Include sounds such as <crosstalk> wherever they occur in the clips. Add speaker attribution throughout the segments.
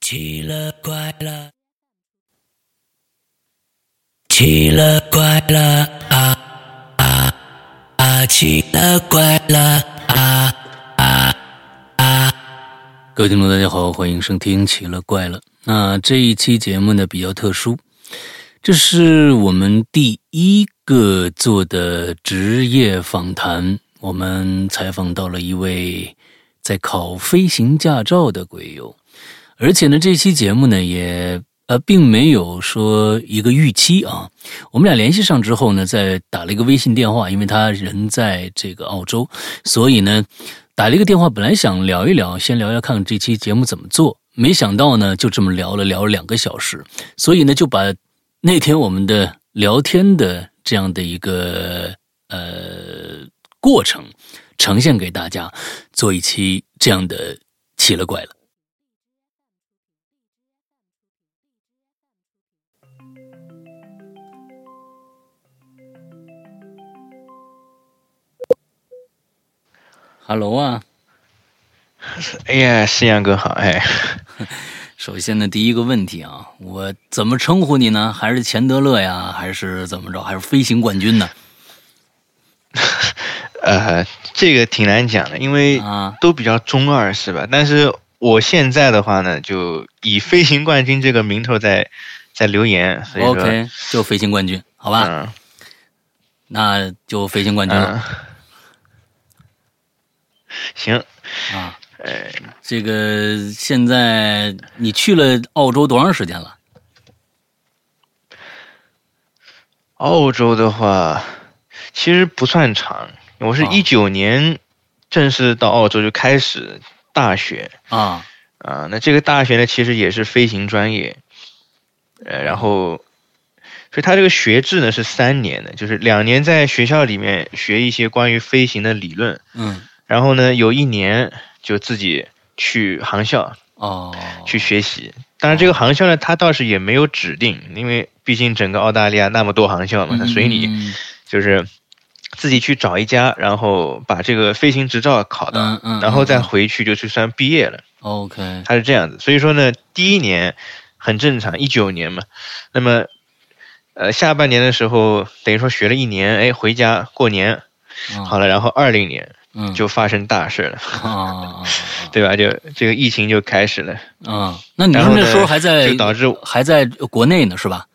Speaker 1: 奇了怪了，奇了怪了啊啊啊！奇了怪了啊啊啊！
Speaker 2: 各位听众，大家好，欢迎收听《奇了怪了》。那这一期节目呢比较特殊，这是我们第一个做的职业访谈。我们采访到了一位在考飞行驾照的鬼友，而且呢，这期节目呢也呃并没有说一个预期啊。我们俩联系上之后呢，再打了一个微信电话，因为他人在这个澳洲，所以呢打了一个电话，本来想聊一聊，先聊聊看这期节目怎么做，没想到呢就这么聊了聊了两个小时，所以呢就把那天我们的聊天的这样的一个呃过程呈现给大家，做一期这样的奇了怪了。Hello 啊，
Speaker 3: 哎呀，是杨哥好，哎， <laughs>
Speaker 2: 首先呢，第一个问题啊，我怎么称呼你呢？还是钱德勒呀，还是怎么着？还是飞行冠军呢？
Speaker 3: 呃，这个挺难讲的，因为
Speaker 2: 啊，
Speaker 3: 都比较中二，是吧？但是我现在的话呢，就以飞行冠军这个名头在在留言，所以说
Speaker 2: OK，就飞行冠军，好吧？
Speaker 3: 嗯
Speaker 2: 那就飞行冠军了、
Speaker 3: 嗯，行，
Speaker 2: 啊！
Speaker 3: 哎，
Speaker 2: 这个现在你去了澳洲多长时间了？
Speaker 3: 澳洲的话其实不算长，我是
Speaker 2: 啊
Speaker 3: 一九年正式到澳洲就开始大学，
Speaker 2: 啊，
Speaker 3: 啊，那这个大学呢，其实也是飞行专业，呃，然后，所以它这个学制呢是三年的，就是两年在学校里面学一些关于飞行的理论，
Speaker 2: 嗯，
Speaker 3: 然后呢有一年就自己去航校
Speaker 2: 哦，
Speaker 3: 去学习。当然，这个航校呢，它倒是也没有指定，因为毕竟整个澳大利亚那么多航校嘛，它随你
Speaker 2: 嗯
Speaker 3: 就是自己去找一家，然后把这个飞行执照考到，
Speaker 2: 嗯嗯，
Speaker 3: 然后再
Speaker 2: 嗯
Speaker 3: 回去就去算毕业了。
Speaker 2: OK，
Speaker 3: 它是这样子。所以说呢，第一年很正常，一九年嘛。那么，呃，下半年的时候，等于说学了一年，哎，回家过年
Speaker 2: 嗯
Speaker 3: 好了，然后二零年
Speaker 2: 嗯，
Speaker 3: 就发生大事了，
Speaker 2: 啊啊
Speaker 3: 对吧？就这个疫情就开始了，
Speaker 2: 啊啊！那你
Speaker 3: 然
Speaker 2: 说
Speaker 3: 后
Speaker 2: 那
Speaker 3: 呢
Speaker 2: 时候还在
Speaker 3: 就导致，
Speaker 2: 还在国内呢是吧？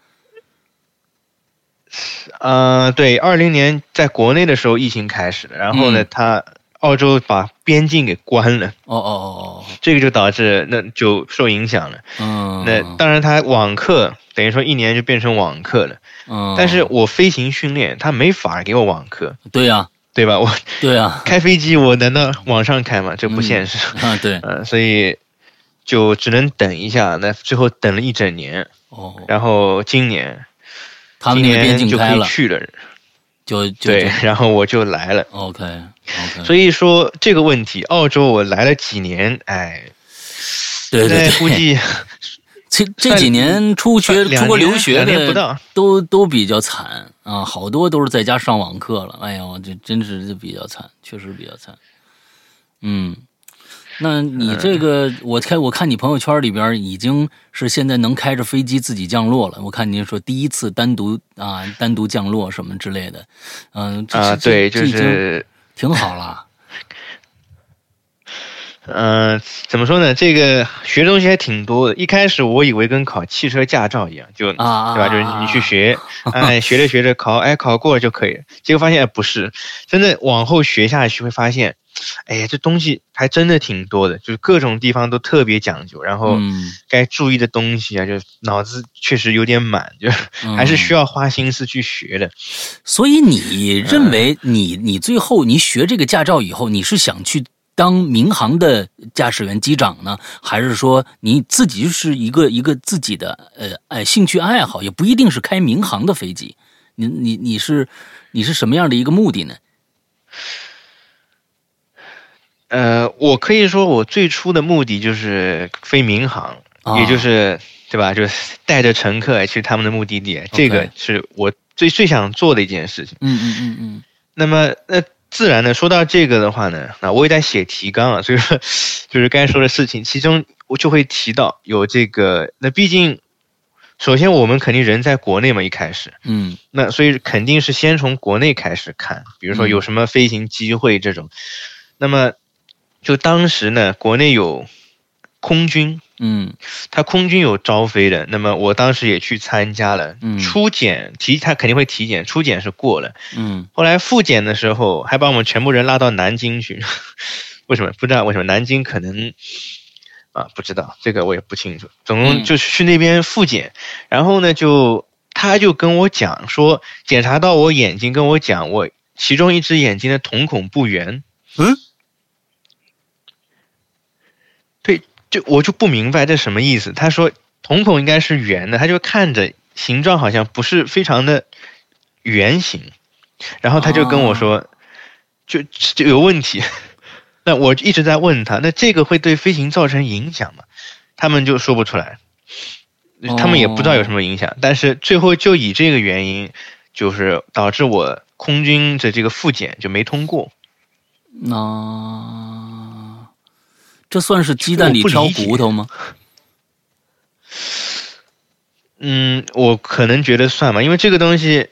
Speaker 3: 呃，对，二零年在国内的时候疫情开始了，然后呢，
Speaker 2: 嗯
Speaker 3: 它澳洲把边境给关了，
Speaker 2: 哦哦哦哦，
Speaker 3: 这个就导致那就受影响了。
Speaker 2: 嗯，
Speaker 3: 那当然，它网课等于说一年就变成网课了。
Speaker 2: 嗯，
Speaker 3: 但是我飞行训练，他没法给我网课，
Speaker 2: 对呀
Speaker 3: 对吧？我
Speaker 2: 对呀
Speaker 3: 开飞机，我难道网上开吗？这不现实，
Speaker 2: 啊对
Speaker 3: 嗯、所以就只能等一下。那最后等了一整年，
Speaker 2: 哦，
Speaker 3: 然后今年
Speaker 2: 他们那个边境
Speaker 3: 今年就
Speaker 2: 开
Speaker 3: 可以
Speaker 2: 了，
Speaker 3: 去了，
Speaker 2: 就就嗯
Speaker 3: 对，然后我就来了。
Speaker 2: OK OK，
Speaker 3: 所以说这个问题，澳洲我来了几年，哎，
Speaker 2: 对对
Speaker 3: 那
Speaker 2: 对，
Speaker 3: 估
Speaker 2: <laughs>
Speaker 3: 计
Speaker 2: 这这几年出学
Speaker 3: 两
Speaker 2: 出国
Speaker 3: 年
Speaker 2: 留学
Speaker 3: 两年不
Speaker 2: 的
Speaker 3: 到，
Speaker 2: 都都比较惨啊，好多都是在家上网课了。哎呦，这真是是比较惨，确实比较惨。嗯，那你
Speaker 3: 嗯
Speaker 2: 这个，我看我看你朋友圈里边已经是现在能开着飞机自己降落了。我看您说第一次单独啊，单独降落什么之类的，嗯、这
Speaker 3: 啊、
Speaker 2: 这
Speaker 3: 对，
Speaker 2: 这
Speaker 3: 就
Speaker 2: 已经
Speaker 3: 是
Speaker 2: 挺好了。
Speaker 3: 嗯，怎么说呢？这个学东西还挺多的。一开始我以为跟考汽车驾照一样，就
Speaker 2: 啊
Speaker 3: <laughs> 对吧？就是你去学，
Speaker 2: <laughs>
Speaker 3: 哎，学着学着考，哎，考过了就可以了。结果发现、哎、不是，真的往后学下去会发现，哎呀，这东西还真的挺多的，就是各种地方都特别讲究，然后
Speaker 2: 嗯，
Speaker 3: 该注意的东西啊，就脑子确实有点满，就
Speaker 2: 嗯
Speaker 3: 还是需要花心思去学的。
Speaker 2: 所以你认为
Speaker 3: 呃
Speaker 2: 你你最后你学这个驾照以后，你是想去当民航的驾驶员机长呢，还是说你自己是一个一个自己的呃爱兴趣爱好，也不一定是开民航的飞机？你你你是你是什么样的一个目的呢？
Speaker 3: 呃，我可以说我最初的目的就是飞民航，
Speaker 2: 啊
Speaker 3: 也就是对吧？就是带着乘客啊去他们的目的地，这个是我最最想做的一件事情。
Speaker 2: 嗯嗯嗯嗯，
Speaker 3: 那么，那自然呢，说到这个的话呢，那我也在写提纲啊，所以说就是该说的事情，其中我就会提到有这个，那毕竟首先我们肯定人在国内嘛，一开始，
Speaker 2: 嗯
Speaker 3: 那所以肯定是先从国内开始看，比如说有什么飞行机会这种。那么就当时呢，国内有空军，
Speaker 2: 嗯
Speaker 3: 它空军有招飞的，那么我当时也去参加了
Speaker 2: 嗯，
Speaker 3: 初检体它肯定会体检，初检是过了，
Speaker 2: 嗯
Speaker 3: 后来复检的时候还把我们全部人拉到南京去， <laughs> 为什么不知道为什么南京可能。啊，不知道这个我也不清楚。总
Speaker 2: 嗯
Speaker 3: 共就是去那边复检，然后呢，就他就跟我讲说，检查到我眼睛，跟我讲我其中一只眼睛的瞳孔不圆。
Speaker 2: 嗯，
Speaker 3: 对，就我就不明白这什么意思。他说瞳孔应该是圆的，他就看着形状好像不是非常的圆形，然后他就跟我说，就就有问题。 <laughs> 那我一直在问他，那这个会对飞行造成影响吗？他们就说不出来，他们也不知道有什么影响。但是最后就以这个原因，就是导致我空军的这个复检就没通过。
Speaker 2: 那、嗯这算是鸡蛋里
Speaker 3: 这个
Speaker 2: 挑
Speaker 3: 我不理解
Speaker 2: 骨头吗？
Speaker 3: 嗯，我可能觉得算吧，因为这个东西，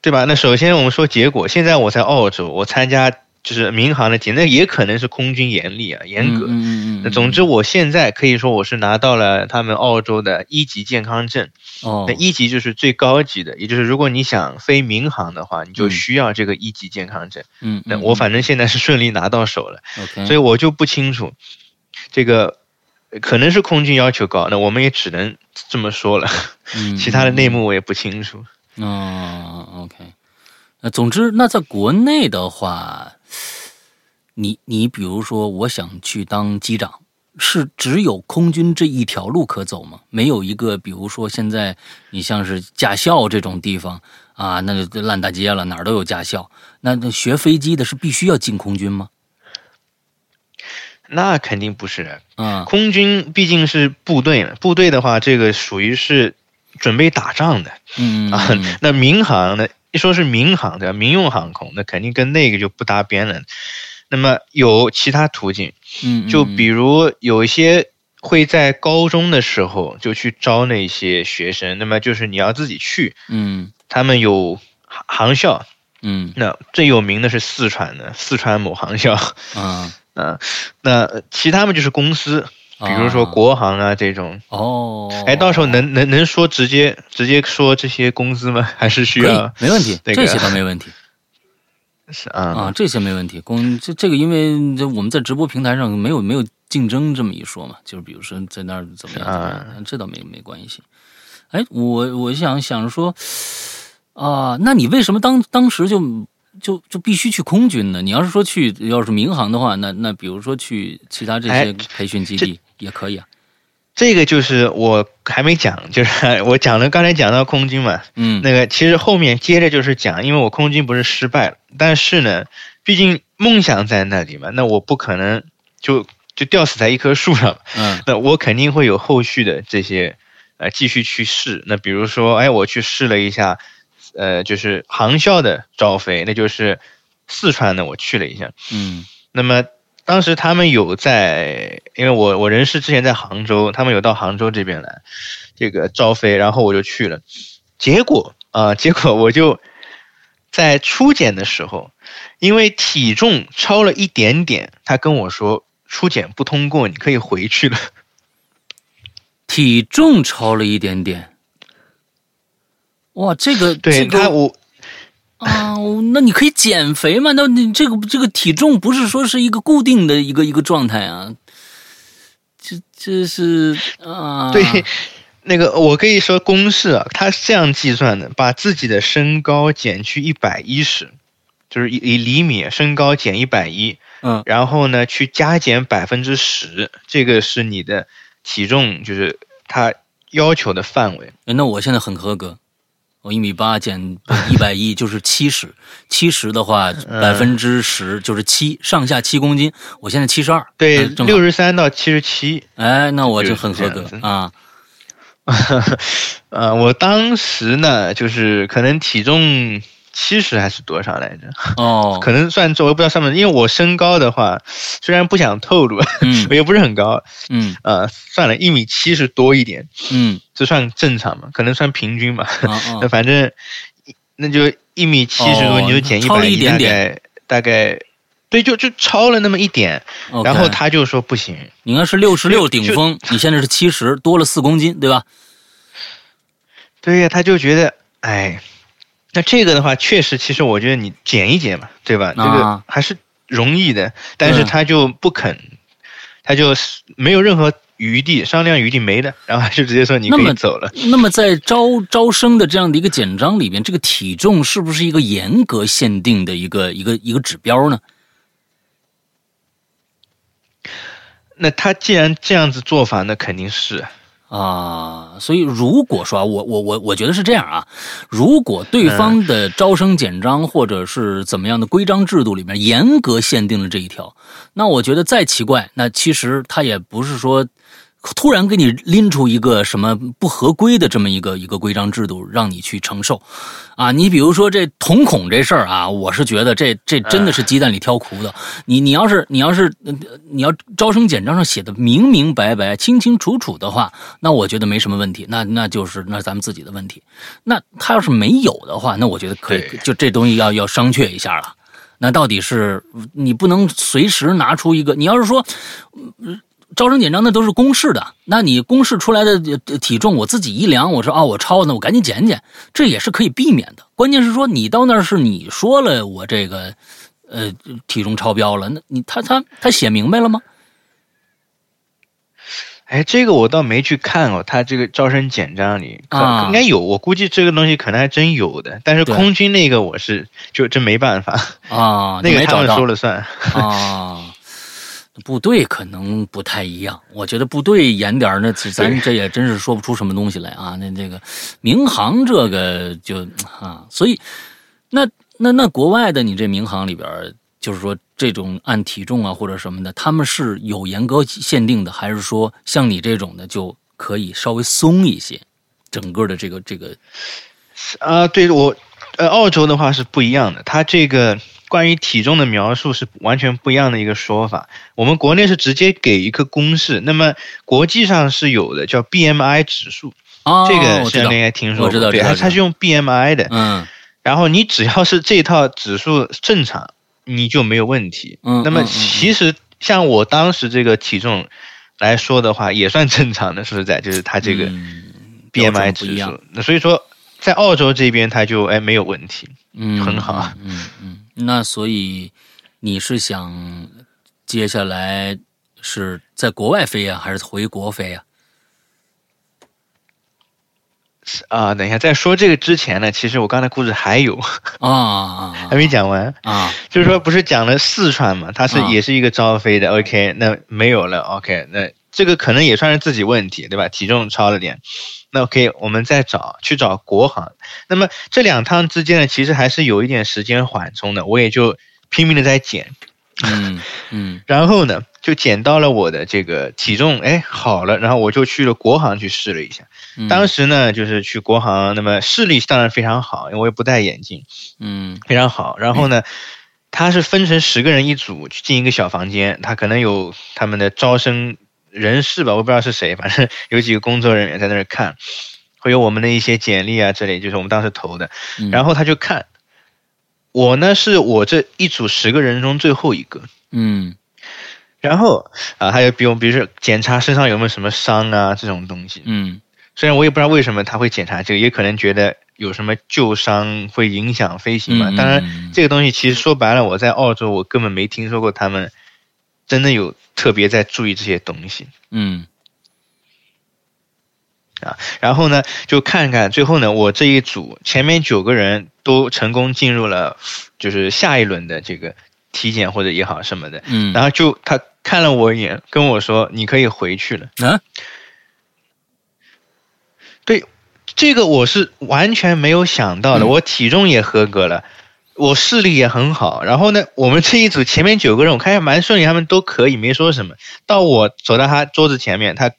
Speaker 3: 对吧？那首先我们说结果，现在我在澳洲，我参加就是民航的检，那也可能是空军严厉啊，严格。
Speaker 2: 嗯嗯嗯嗯，
Speaker 3: 那总之，我现在可以说我是拿到了他们澳洲的一级健康证。
Speaker 2: 哦
Speaker 3: 那，一级就是最高级的，也就是如果你想飞民航的话，你就
Speaker 2: 嗯
Speaker 3: 需要这个一级健康证。
Speaker 2: 嗯，
Speaker 3: 那
Speaker 2: 嗯
Speaker 3: 我反正现在是顺利拿到手了，
Speaker 2: 嗯 OK，
Speaker 3: 所以我就不清楚这个呃可能是空军要求高，那我们也只能这么说了，
Speaker 2: 嗯
Speaker 3: 其他的内幕我也不清楚。
Speaker 2: 哦，OK，那总之，那在国内的话，你你比如说，我想去当机长，是只有空军这一条路可走吗？没有一个，比如说现在你像是驾校这种地方啊，那就烂大街了，哪儿都有驾校。那那学飞机的是必须要进空军吗？
Speaker 3: 那肯定不是，
Speaker 2: 啊，
Speaker 3: 空军毕竟是部队嘛，部队的话，这个属于是准备打仗的
Speaker 2: 嗯
Speaker 3: 啊。
Speaker 2: 嗯
Speaker 3: 那民航呢，一说是民航对吧？民用航空，那肯定跟那个就不搭边了。那么有其他途径，
Speaker 2: 嗯，
Speaker 3: <laughs> 就比如有一些会在高中的时候就去招那些学生，那么就是你要自己去，
Speaker 2: 嗯
Speaker 3: 他们有航航校，
Speaker 2: 嗯
Speaker 3: 那最有名的是四川的四川某航校， <laughs>
Speaker 2: 嗯啊，
Speaker 3: 啊，那其他们就是公司，比如说
Speaker 2: 啊
Speaker 3: 国航啊这种。
Speaker 2: 哦，
Speaker 3: 哎，到时候能能能说直接直接说这些公司吗？ <laughs> 还是需
Speaker 2: 可
Speaker 3: 要
Speaker 2: 以，没问题，
Speaker 3: 那
Speaker 2: 这
Speaker 3: 个
Speaker 2: 些都没
Speaker 3: <laughs>
Speaker 2: 问题。
Speaker 3: 是啊
Speaker 2: 啊，这些没问题。公这这个，因为这我们在直播平台上没有没有竞争这么一说嘛，就是比如说在那儿怎么样怎么样，
Speaker 3: 啊
Speaker 2: 这倒没没关系。哎，我我想想说，啊、那你为什么当当时就就就必须去空军呢？你要是说去要是民航的话，那那比如说去其他这些
Speaker 3: 哎
Speaker 2: 培训基地也可以啊。
Speaker 3: 这个就是我还没讲， <laughs> 就是我讲了刚才讲到空军嘛，
Speaker 2: 嗯，
Speaker 3: 那个其实后面接着就是讲，因为我空军不是失败了，但是呢，毕竟梦想在那里嘛，那我不可能就就吊死在一棵树上嘛，
Speaker 2: 嗯
Speaker 3: 那我肯定会有后续的这些呃继续去试。那比如说，哎，我去试了一下，呃，就是航校的招飞，那就是四川的，我去了一下。
Speaker 2: 嗯
Speaker 3: 那么当时他们有在，因为我我人事之前在杭州，他们有到杭州这边来，这个招飞，然后我就去了，结果啊、结果我就在初检的时候，因为体重超了一点点，他跟我说初检不通过，你可以回去了。
Speaker 2: 体重超了一点点。哇，这个
Speaker 3: 对
Speaker 2: 这个
Speaker 3: 他我
Speaker 2: <laughs> 啊，那你可以减肥嘛？那你这个这个体重不是说是一个固定的一个一个状态啊？这这是啊，
Speaker 3: <laughs> 对。那个我可以说公式啊，它是这样计算的：把自己的身高减去一百一十，就是以以厘米身高减一百一，
Speaker 2: 嗯
Speaker 3: 然后呢去加减百分之十，这个是你的体重，就是它要求的范围。
Speaker 2: 哎那我现在很合格，我一米八减
Speaker 3: <laughs>
Speaker 2: 一百一就是七十，七十的话
Speaker 3: 嗯
Speaker 2: 百分之十就是七，上下七公斤，我现在七十二，
Speaker 3: 对，
Speaker 2: 嗯正好
Speaker 3: 六十三到七十七，
Speaker 2: 哎，那我就很合格
Speaker 3: 就是这样子
Speaker 2: 啊，
Speaker 3: 呃，我当时呢就是可能体重七十还是多少来着？
Speaker 2: 哦，
Speaker 3: 可能算错，我也不知道上面，因为我身高的话，虽然不想透露，
Speaker 2: 嗯
Speaker 3: 我也不是很高，
Speaker 2: 嗯
Speaker 3: 呃，算了，一米七十多一点，
Speaker 2: 嗯，
Speaker 3: 这算正常嘛？可能算平均嘛？
Speaker 2: 啊啊
Speaker 3: 那反正一那就一米七十多，
Speaker 2: 哦
Speaker 3: 你就减一
Speaker 2: 超
Speaker 3: 百
Speaker 2: 了一点
Speaker 3: 大概大概，对，就就超了那么一点。
Speaker 2: ，OK
Speaker 3: 然后他就说不行，
Speaker 2: 哦你应该是六十六顶
Speaker 3: <laughs>
Speaker 2: 峰，你现在是七十，多了四公斤，对吧？
Speaker 3: 对呀，他就觉得哎，那这个的话，确实，其实我觉得你减一减嘛，对吧？这个
Speaker 2: 啊嗯
Speaker 3: 还是容易的，但是
Speaker 2: 对
Speaker 3: 他就不肯，他就是没有任何余地商量余地没的，然后他就直接说你
Speaker 2: 那
Speaker 3: 可以
Speaker 2: 么
Speaker 3: 走了。
Speaker 2: 那么在招招生的这样的一个简章里边，这个体重是不是一个严格限定的一个一个一个指标呢？
Speaker 3: 那他既然这样子做法，那肯定是
Speaker 2: 啊，所以如果说啊我我我我觉得是这样啊，如果对方的招生简章或者是怎么样的规章制度里面严格限定了这一条，那我觉得再奇怪，那其实他也不是说突然给你拎出一个什么不合规的这么一个一个规章制度让你去承受啊。你比如说这瞳孔这事儿啊，我是觉得这这真的是鸡蛋里挑骨头。你你要是你要是呃你要招生简章上写的明明白白、清清楚楚的话，那我觉得没什么问题，那那就是那是咱们自己的问题。那他要是没有的话，那我觉得可以
Speaker 3: 对，
Speaker 2: 就这东西要要商榷一下了。那到底是你不能随时拿出一个，你要是说，嗯招生简章那都是公示的，那你公示出来的呃体重，我自己一量，我说啊、我超呢，我赶紧减减，这也是可以避免的。关键是说你到那儿是你说了我这个呃体重超标了，那你他他他写明白了吗？
Speaker 3: 哎，这个我倒没去看哦，他这个招生简章里可、
Speaker 2: 啊
Speaker 3: 应该有，我估计这个东西可能还真有的。但是
Speaker 2: 对
Speaker 3: 空军那个我是就真没办法，
Speaker 2: 啊，
Speaker 3: 那
Speaker 2: 你
Speaker 3: 个
Speaker 2: 没
Speaker 3: 他
Speaker 2: 找
Speaker 3: 们
Speaker 2: 到
Speaker 3: 说了算。
Speaker 2: 啊。部队可能不太一样，我觉得部队严点儿，那咱咱这也真是说不出什么东西来啊。那这个民航这个就啊，所以那那那国外的你这民航里边儿，就是说这种按体重啊或者什么的，他们是有严格限定的，还是说像你这种的就可以稍微松一些？整个的这个这个
Speaker 3: 啊、对我，呃，澳洲的话是不一样的，它这个关于体重的描述是完全不一样的一个说法。我们国内是直接给一个公式，那么国际上是有的，叫 BMI 指数，
Speaker 2: 啊，
Speaker 3: 这个
Speaker 2: 我
Speaker 3: 是
Speaker 2: 知道
Speaker 3: 应，该听说过，
Speaker 2: 我知道
Speaker 3: 对，
Speaker 2: 知道
Speaker 3: 它
Speaker 2: 知
Speaker 3: 它
Speaker 2: 道
Speaker 3: 是用 BMI 的，
Speaker 2: 嗯
Speaker 3: 然后你只要是这套指数正常，你就没有问题。
Speaker 2: 嗯
Speaker 3: 那么
Speaker 2: 嗯嗯
Speaker 3: 其实像我当时这个体重来说的话，也算正常的，说实在，就是它这个
Speaker 2: 嗯标准
Speaker 3: BMI
Speaker 2: 不
Speaker 3: 指
Speaker 2: 一样
Speaker 3: 数。那所以说，在澳洲这边它就哎没有问题。
Speaker 2: 嗯，
Speaker 3: 很好啊
Speaker 2: 嗯。嗯嗯，那所以你是想接下来是在国外飞呀、还是回国飞呀、
Speaker 3: 啊、等一下，在说这个之前呢，其实我刚才故事还有
Speaker 2: 啊？啊
Speaker 3: 还没讲完，
Speaker 2: 啊啊！
Speaker 3: 就是说不是讲了四川嘛，它是
Speaker 2: 啊
Speaker 3: 也是一个招飞的、o k 那没有了，OK，那这个可能也算是自己问题，对吧？体重超了点，那 OK，我们再找去找国航。那么这两趟之间呢，其实还是有一点时间缓冲的，我也就拼命的在减，哎
Speaker 2: 嗯嗯
Speaker 3: 然后呢，就减到了我的这个体重，哎，好了，然后我就去了国航去试了一下。
Speaker 2: 嗯，
Speaker 3: 当时呢，就是去国航，那么视力当然非常好，因为我也不戴眼镜，
Speaker 2: 嗯
Speaker 3: 非常好。然后呢，他是分成十个人一组去进一个小房间，他可能有他们的招生人事吧，我不知道是谁， <laughs> 反正有几个工作人员在那儿看，会有我们的一些简历啊之类，就是我们当时投的。
Speaker 2: 嗯，
Speaker 3: 然
Speaker 2: 后
Speaker 3: 后他就看我呢，是我这一组十个人中最后一个。
Speaker 2: 嗯
Speaker 3: 然后啊，还有比如比如说检查身上有没有什么伤啊这种东西，
Speaker 2: 嗯
Speaker 3: 虽然我也不知道为什么他会检查这个，也可能觉得有什么旧伤会影响飞行嘛。
Speaker 2: 嗯嗯
Speaker 3: 当然
Speaker 2: 嗯，
Speaker 3: 这个东西其实说白了，我在澳洲我根本没听说过他们真的有特别在注意这些东西。
Speaker 2: 嗯
Speaker 3: 然后呢，就看看最后呢，我这一组前面九个人都成功进入了，就是下一轮的这个体检或者也好什么的。
Speaker 2: 嗯，
Speaker 3: 然后就他看了我一眼，跟我说：“你可以回去了。”
Speaker 2: 啊，
Speaker 3: 这个我是完全没有想到的，我体重也合格了，我视力也很好。然后呢，我们这一组前面九个人，我看还蛮顺利，他们都可以，没说什么。到我走到他桌子前面，他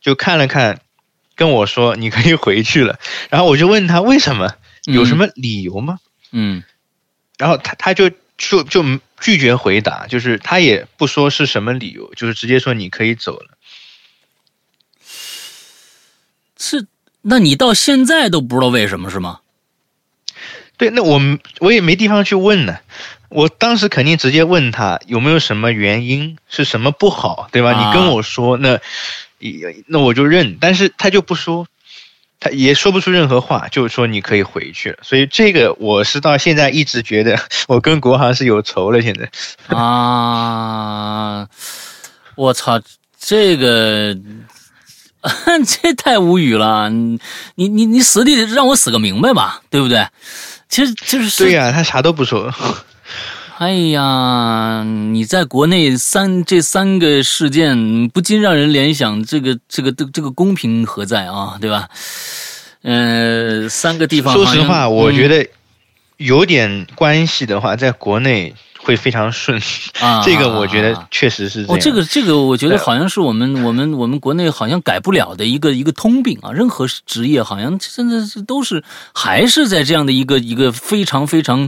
Speaker 3: 就看了看， <laughs> 跟我说：“你可以回去了。”然后我就问他为什么，有什么理由吗？
Speaker 2: 嗯
Speaker 3: 然后他他就就就拒绝回答，就是他也不说是什么理由，就是直接说你可以走了。
Speaker 2: 是，那你到现在都不知道为什么是吗？
Speaker 3: 对，那我们我也没地方去问呢。我当时肯定直接问他有没有什么原因，是什么不好，对吧？
Speaker 2: 啊
Speaker 3: 你跟我说，那也那我就认。但是他就不说，他也说不出任何话，就说你可以回去了。所以这个我是到现在一直觉得我跟国航是有仇了。现在
Speaker 2: 啊，我操，这个 <laughs> 这太无语了！你你你你死地让我死个明白吧，对不对？其实就是
Speaker 3: 对呀、他啥都不说。
Speaker 2: 哎呀，你在国内三这三个事件，不禁让人联想这个这个这个这个公平何在啊，对吧？呃，三个地方好
Speaker 3: 说
Speaker 2: 像，嗯
Speaker 3: 实话，我觉
Speaker 2: 得、
Speaker 3: 得有点关系的话，在国内会非常顺。
Speaker 2: 啊
Speaker 3: <laughs> 这个我觉得确实是这样。
Speaker 2: 哦，这个这个，我觉得
Speaker 3: 对啊
Speaker 2: 好像是我们我们我们国内好像改不了的一个一个通病啊。任何职业好像真的是都是还是在这样的一个一个非常非常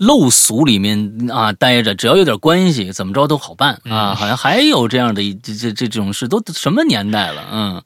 Speaker 2: 陋俗里面啊待着，只要有点关系，怎么着都好办啊。
Speaker 3: 嗯
Speaker 2: 好像还有这样的一这这这种事，都什么年代了？嗯，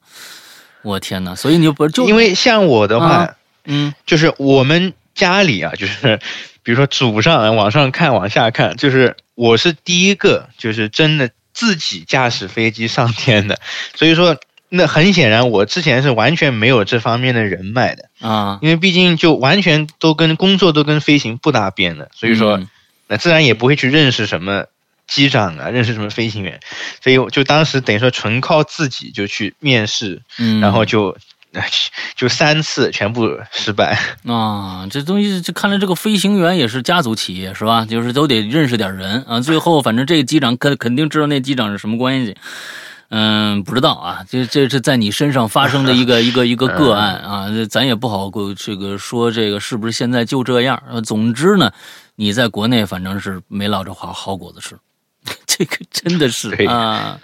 Speaker 2: 我天哪！所以你就不就
Speaker 3: 因为像我的话，
Speaker 2: 啊嗯
Speaker 3: 就是我们家里啊，就是比如说祖上啊往上看，往下看，就是我是第一个，就是真的自己驾驶飞机上天的，所以说。那很显然，我之前是完全没有这方面的人脉的，
Speaker 2: 啊，
Speaker 3: 因为毕竟就完全都跟工作都跟飞行不搭边的，所以说
Speaker 2: 嗯
Speaker 3: 那自然也不会去认识什么机长啊，认识什么飞行员，所以我就当时等于说纯靠自己就去面试，
Speaker 2: 嗯，
Speaker 3: 然后就哎就三次全部失败。
Speaker 2: 啊，这东西这看来这个飞行员也是家族企业是吧？就是都得认识点人啊。最后反正这个机长肯肯定知道那机长是什么关系。嗯，不知道啊，这这是在你身上发生的一
Speaker 3: <laughs>
Speaker 2: 个一个一个个案
Speaker 3: 嗯
Speaker 2: 啊，这咱也不好过这个说这个是不是现在就这样。呃总之呢，你在国内反正是没落着好好果子吃， <laughs> 这个真的是
Speaker 3: 对
Speaker 2: 啊。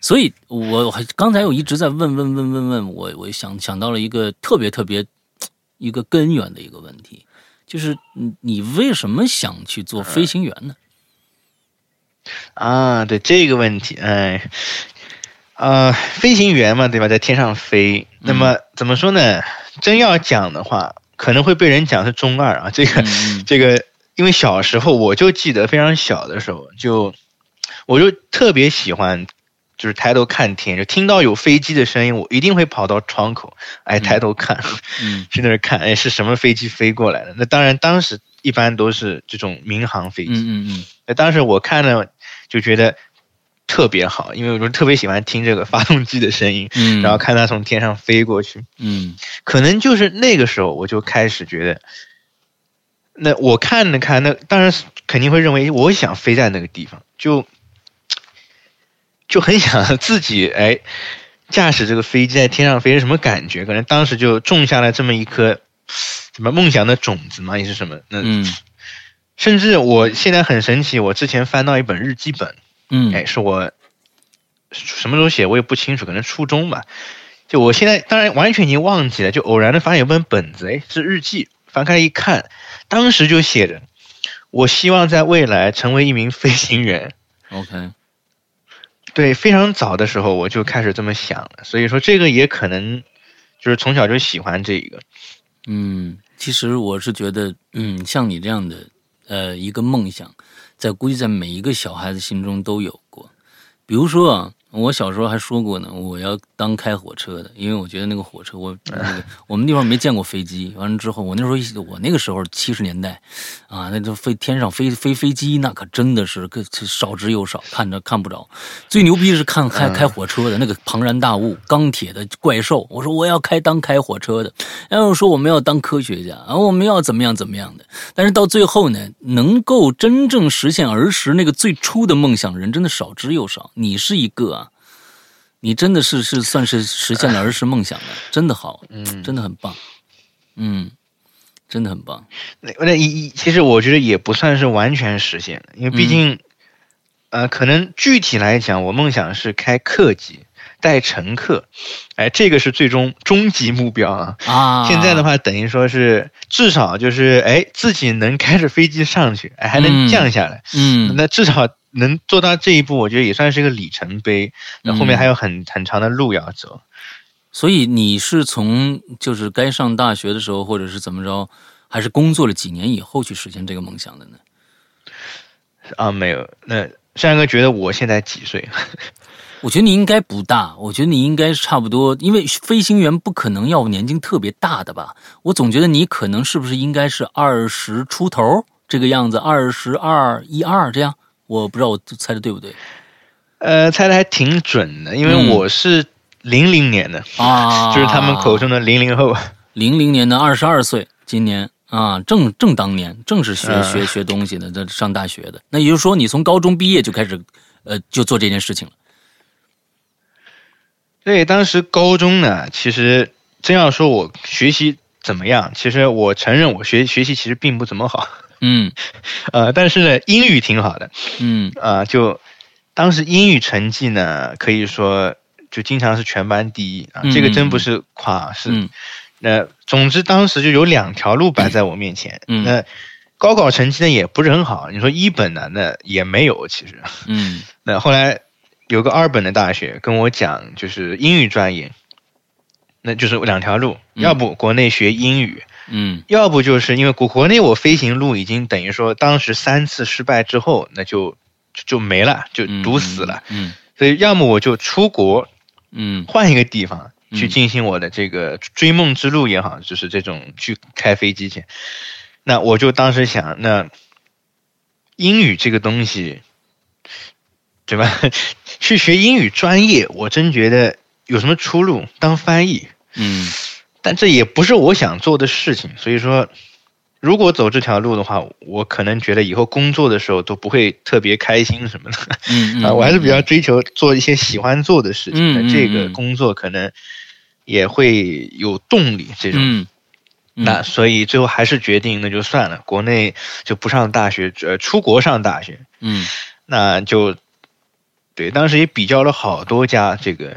Speaker 2: 所以我还刚才我一直在问问问问问，我我想想到了一个特别特别一个根源的一个问题，就是你你为什么想去做飞行员呢？
Speaker 3: 啊，对这个问题，哎，呃，飞行员嘛，对吧，在天上飞，那么、
Speaker 2: 嗯
Speaker 3: 怎么说呢？真要讲的话，可能会被人讲是中二啊，这个、
Speaker 2: 嗯
Speaker 3: 这个，因为小时候我就记得非常小的时候，就我就特别喜欢。就是抬头看天，就听到有飞机的声音，我一定会跑到窗口，哎，抬头看，
Speaker 2: 嗯
Speaker 3: 去那儿看，哎，是什么飞机飞过来的？那当然，当时一般都是这种民航飞机，
Speaker 2: 嗯嗯
Speaker 3: 那当时我看了就觉得特别好，因为我就特别喜欢听这个发动机的声音，
Speaker 2: 嗯，
Speaker 3: <laughs> 然后看它从天上飞过去。
Speaker 2: 嗯
Speaker 3: 可能就是那个时候，我就开始觉得，那我看了看，那当然是肯定会认为我想飞在那个地方，就就很想 <laughs> 自己哎驾驶这个飞机在天上飞是什么感觉？可能当时就种下了这么一颗什么梦想的种子嘛，也是什么？那
Speaker 2: 嗯
Speaker 3: 甚至我现在很神奇，我之前翻到一本日记本，
Speaker 2: 嗯，
Speaker 3: 哎，是我什么时候写我也不清楚，可能初中吧。就我现在当然完全已经忘记了，就偶然的发现有本本子，哎，是日记，翻开一看，当时就写着，我希望在未来成为一名飞行员。
Speaker 2: OK，
Speaker 3: 对，非常早的时候我就开始这么想了，所以说这个也可能就是从小就喜欢这一个，
Speaker 2: 嗯，其实我是觉得，嗯，像你这样的呃一个梦想，在估计在每一个小孩子心中都有过。比如说啊，我小时候还说过呢，我要当开火车的，因为我觉得那个火车，我那个我们地方没见过飞机。完了之后，我那时候一我那个时候七十年代，啊，那就飞天上飞飞飞机，那可真的是个少之又少，看着看不着。最牛逼是看开开火车的那个庞然大物，钢铁的怪兽。我说我要开当开火车的，然后说我们要当科学家，然后我们要怎么样怎么样的。但是到最后呢，能够真正实现儿时那个最初的梦想，人真的少之又少。你是一个啊，你真的是是算是实现了儿时梦想的，真的好，
Speaker 3: 嗯
Speaker 2: 真的很棒，嗯，真的很棒，
Speaker 3: 那那一一其实我觉得也不算是完全实现
Speaker 2: 嗯
Speaker 3: 的，因为毕竟，呃，可能具体来讲，我梦想是开客机，带乘客，哎，这个是最终终极目标啊。
Speaker 2: 啊，
Speaker 3: <laughs> 现在的话，等于说是至少就是哎，自己能开着飞机上去，哎，还
Speaker 2: 嗯
Speaker 3: 能降下来，
Speaker 2: 嗯，
Speaker 3: 那至少能做到这一步，我觉得也算是一个里程碑。那后面
Speaker 2: 嗯
Speaker 3: 还有很很长的路要走。
Speaker 2: 所以你是从就是该上大学的时候，或者是怎么着，还是工作了几年以后去实现这个梦想的呢？
Speaker 3: 啊，没有。那山哥觉得我现在几岁？啊
Speaker 2: 我觉得你应该不大，我觉得你应该差不多，因为飞行员不可能要年纪特别大的吧？我总觉得你可能是不是应该是二十出头这个样子，二十二一二这样，我不知道我猜的对不对
Speaker 3: 呃，猜的还挺准的，
Speaker 2: 嗯
Speaker 3: 因为我是零零年的，
Speaker 2: 啊？
Speaker 3: 就是他们口中的零零后。 <laughs>
Speaker 2: 零零年的二十二岁，今年啊，正正当年，正是学
Speaker 3: 嗯
Speaker 2: 学学东西的，在上大学的。那也就是说，你从高中毕业就开始，呃，就做这件事情了。
Speaker 3: 对，当时高中呢，其实真要说我学习怎么样，其实我承认我学学习其实并不怎么好， <laughs>
Speaker 2: 嗯
Speaker 3: 呃，但是呢，英语挺好的，
Speaker 2: 嗯
Speaker 3: 啊，就当时英语成绩呢，可以说就经常是全班第一啊，这个真不是夸，是
Speaker 2: 嗯
Speaker 3: 那、总之当时就有两条路摆在我面前，
Speaker 2: 嗯
Speaker 3: 那高考成绩呢也不是很好，你说一本呢那也没有，其实
Speaker 2: 嗯
Speaker 3: 那后来有个二本的大学跟我讲，就是英语专业，那就是两条路，
Speaker 2: 嗯
Speaker 3: 要不国内学英语，
Speaker 2: 嗯
Speaker 3: 要不就是因为国国内我飞行路已经等于说当时三次失败之后，那就就就没了，就
Speaker 2: 嗯，
Speaker 3: 堵死了。。
Speaker 2: 嗯
Speaker 3: 所以要么我就出国
Speaker 2: 嗯
Speaker 3: 换一个地方
Speaker 2: 嗯
Speaker 3: 去进行我的这个追梦之路也好，就是这种去开飞机去。那我就当时想，那英语这个东西，对吧？ <laughs> 去学英语专业，我真觉得有什么出路？当翻译，
Speaker 2: 嗯
Speaker 3: 但这也不是我想做的事情，所以说，如果走这条路的话，我可能觉得以后工作的时候都不会特别开心什么的。
Speaker 2: 嗯
Speaker 3: 啊，我还是比较追求做一些喜欢做的事情，
Speaker 2: 嗯
Speaker 3: 那这个
Speaker 2: 嗯嗯
Speaker 3: 工作可能也会有动力这种。
Speaker 2: 嗯嗯
Speaker 3: 那所以最后还是决定，那就算了，国内就不上大学，呃，出国上大学，
Speaker 2: 嗯
Speaker 3: 那就对，当时也比较了好多家这个，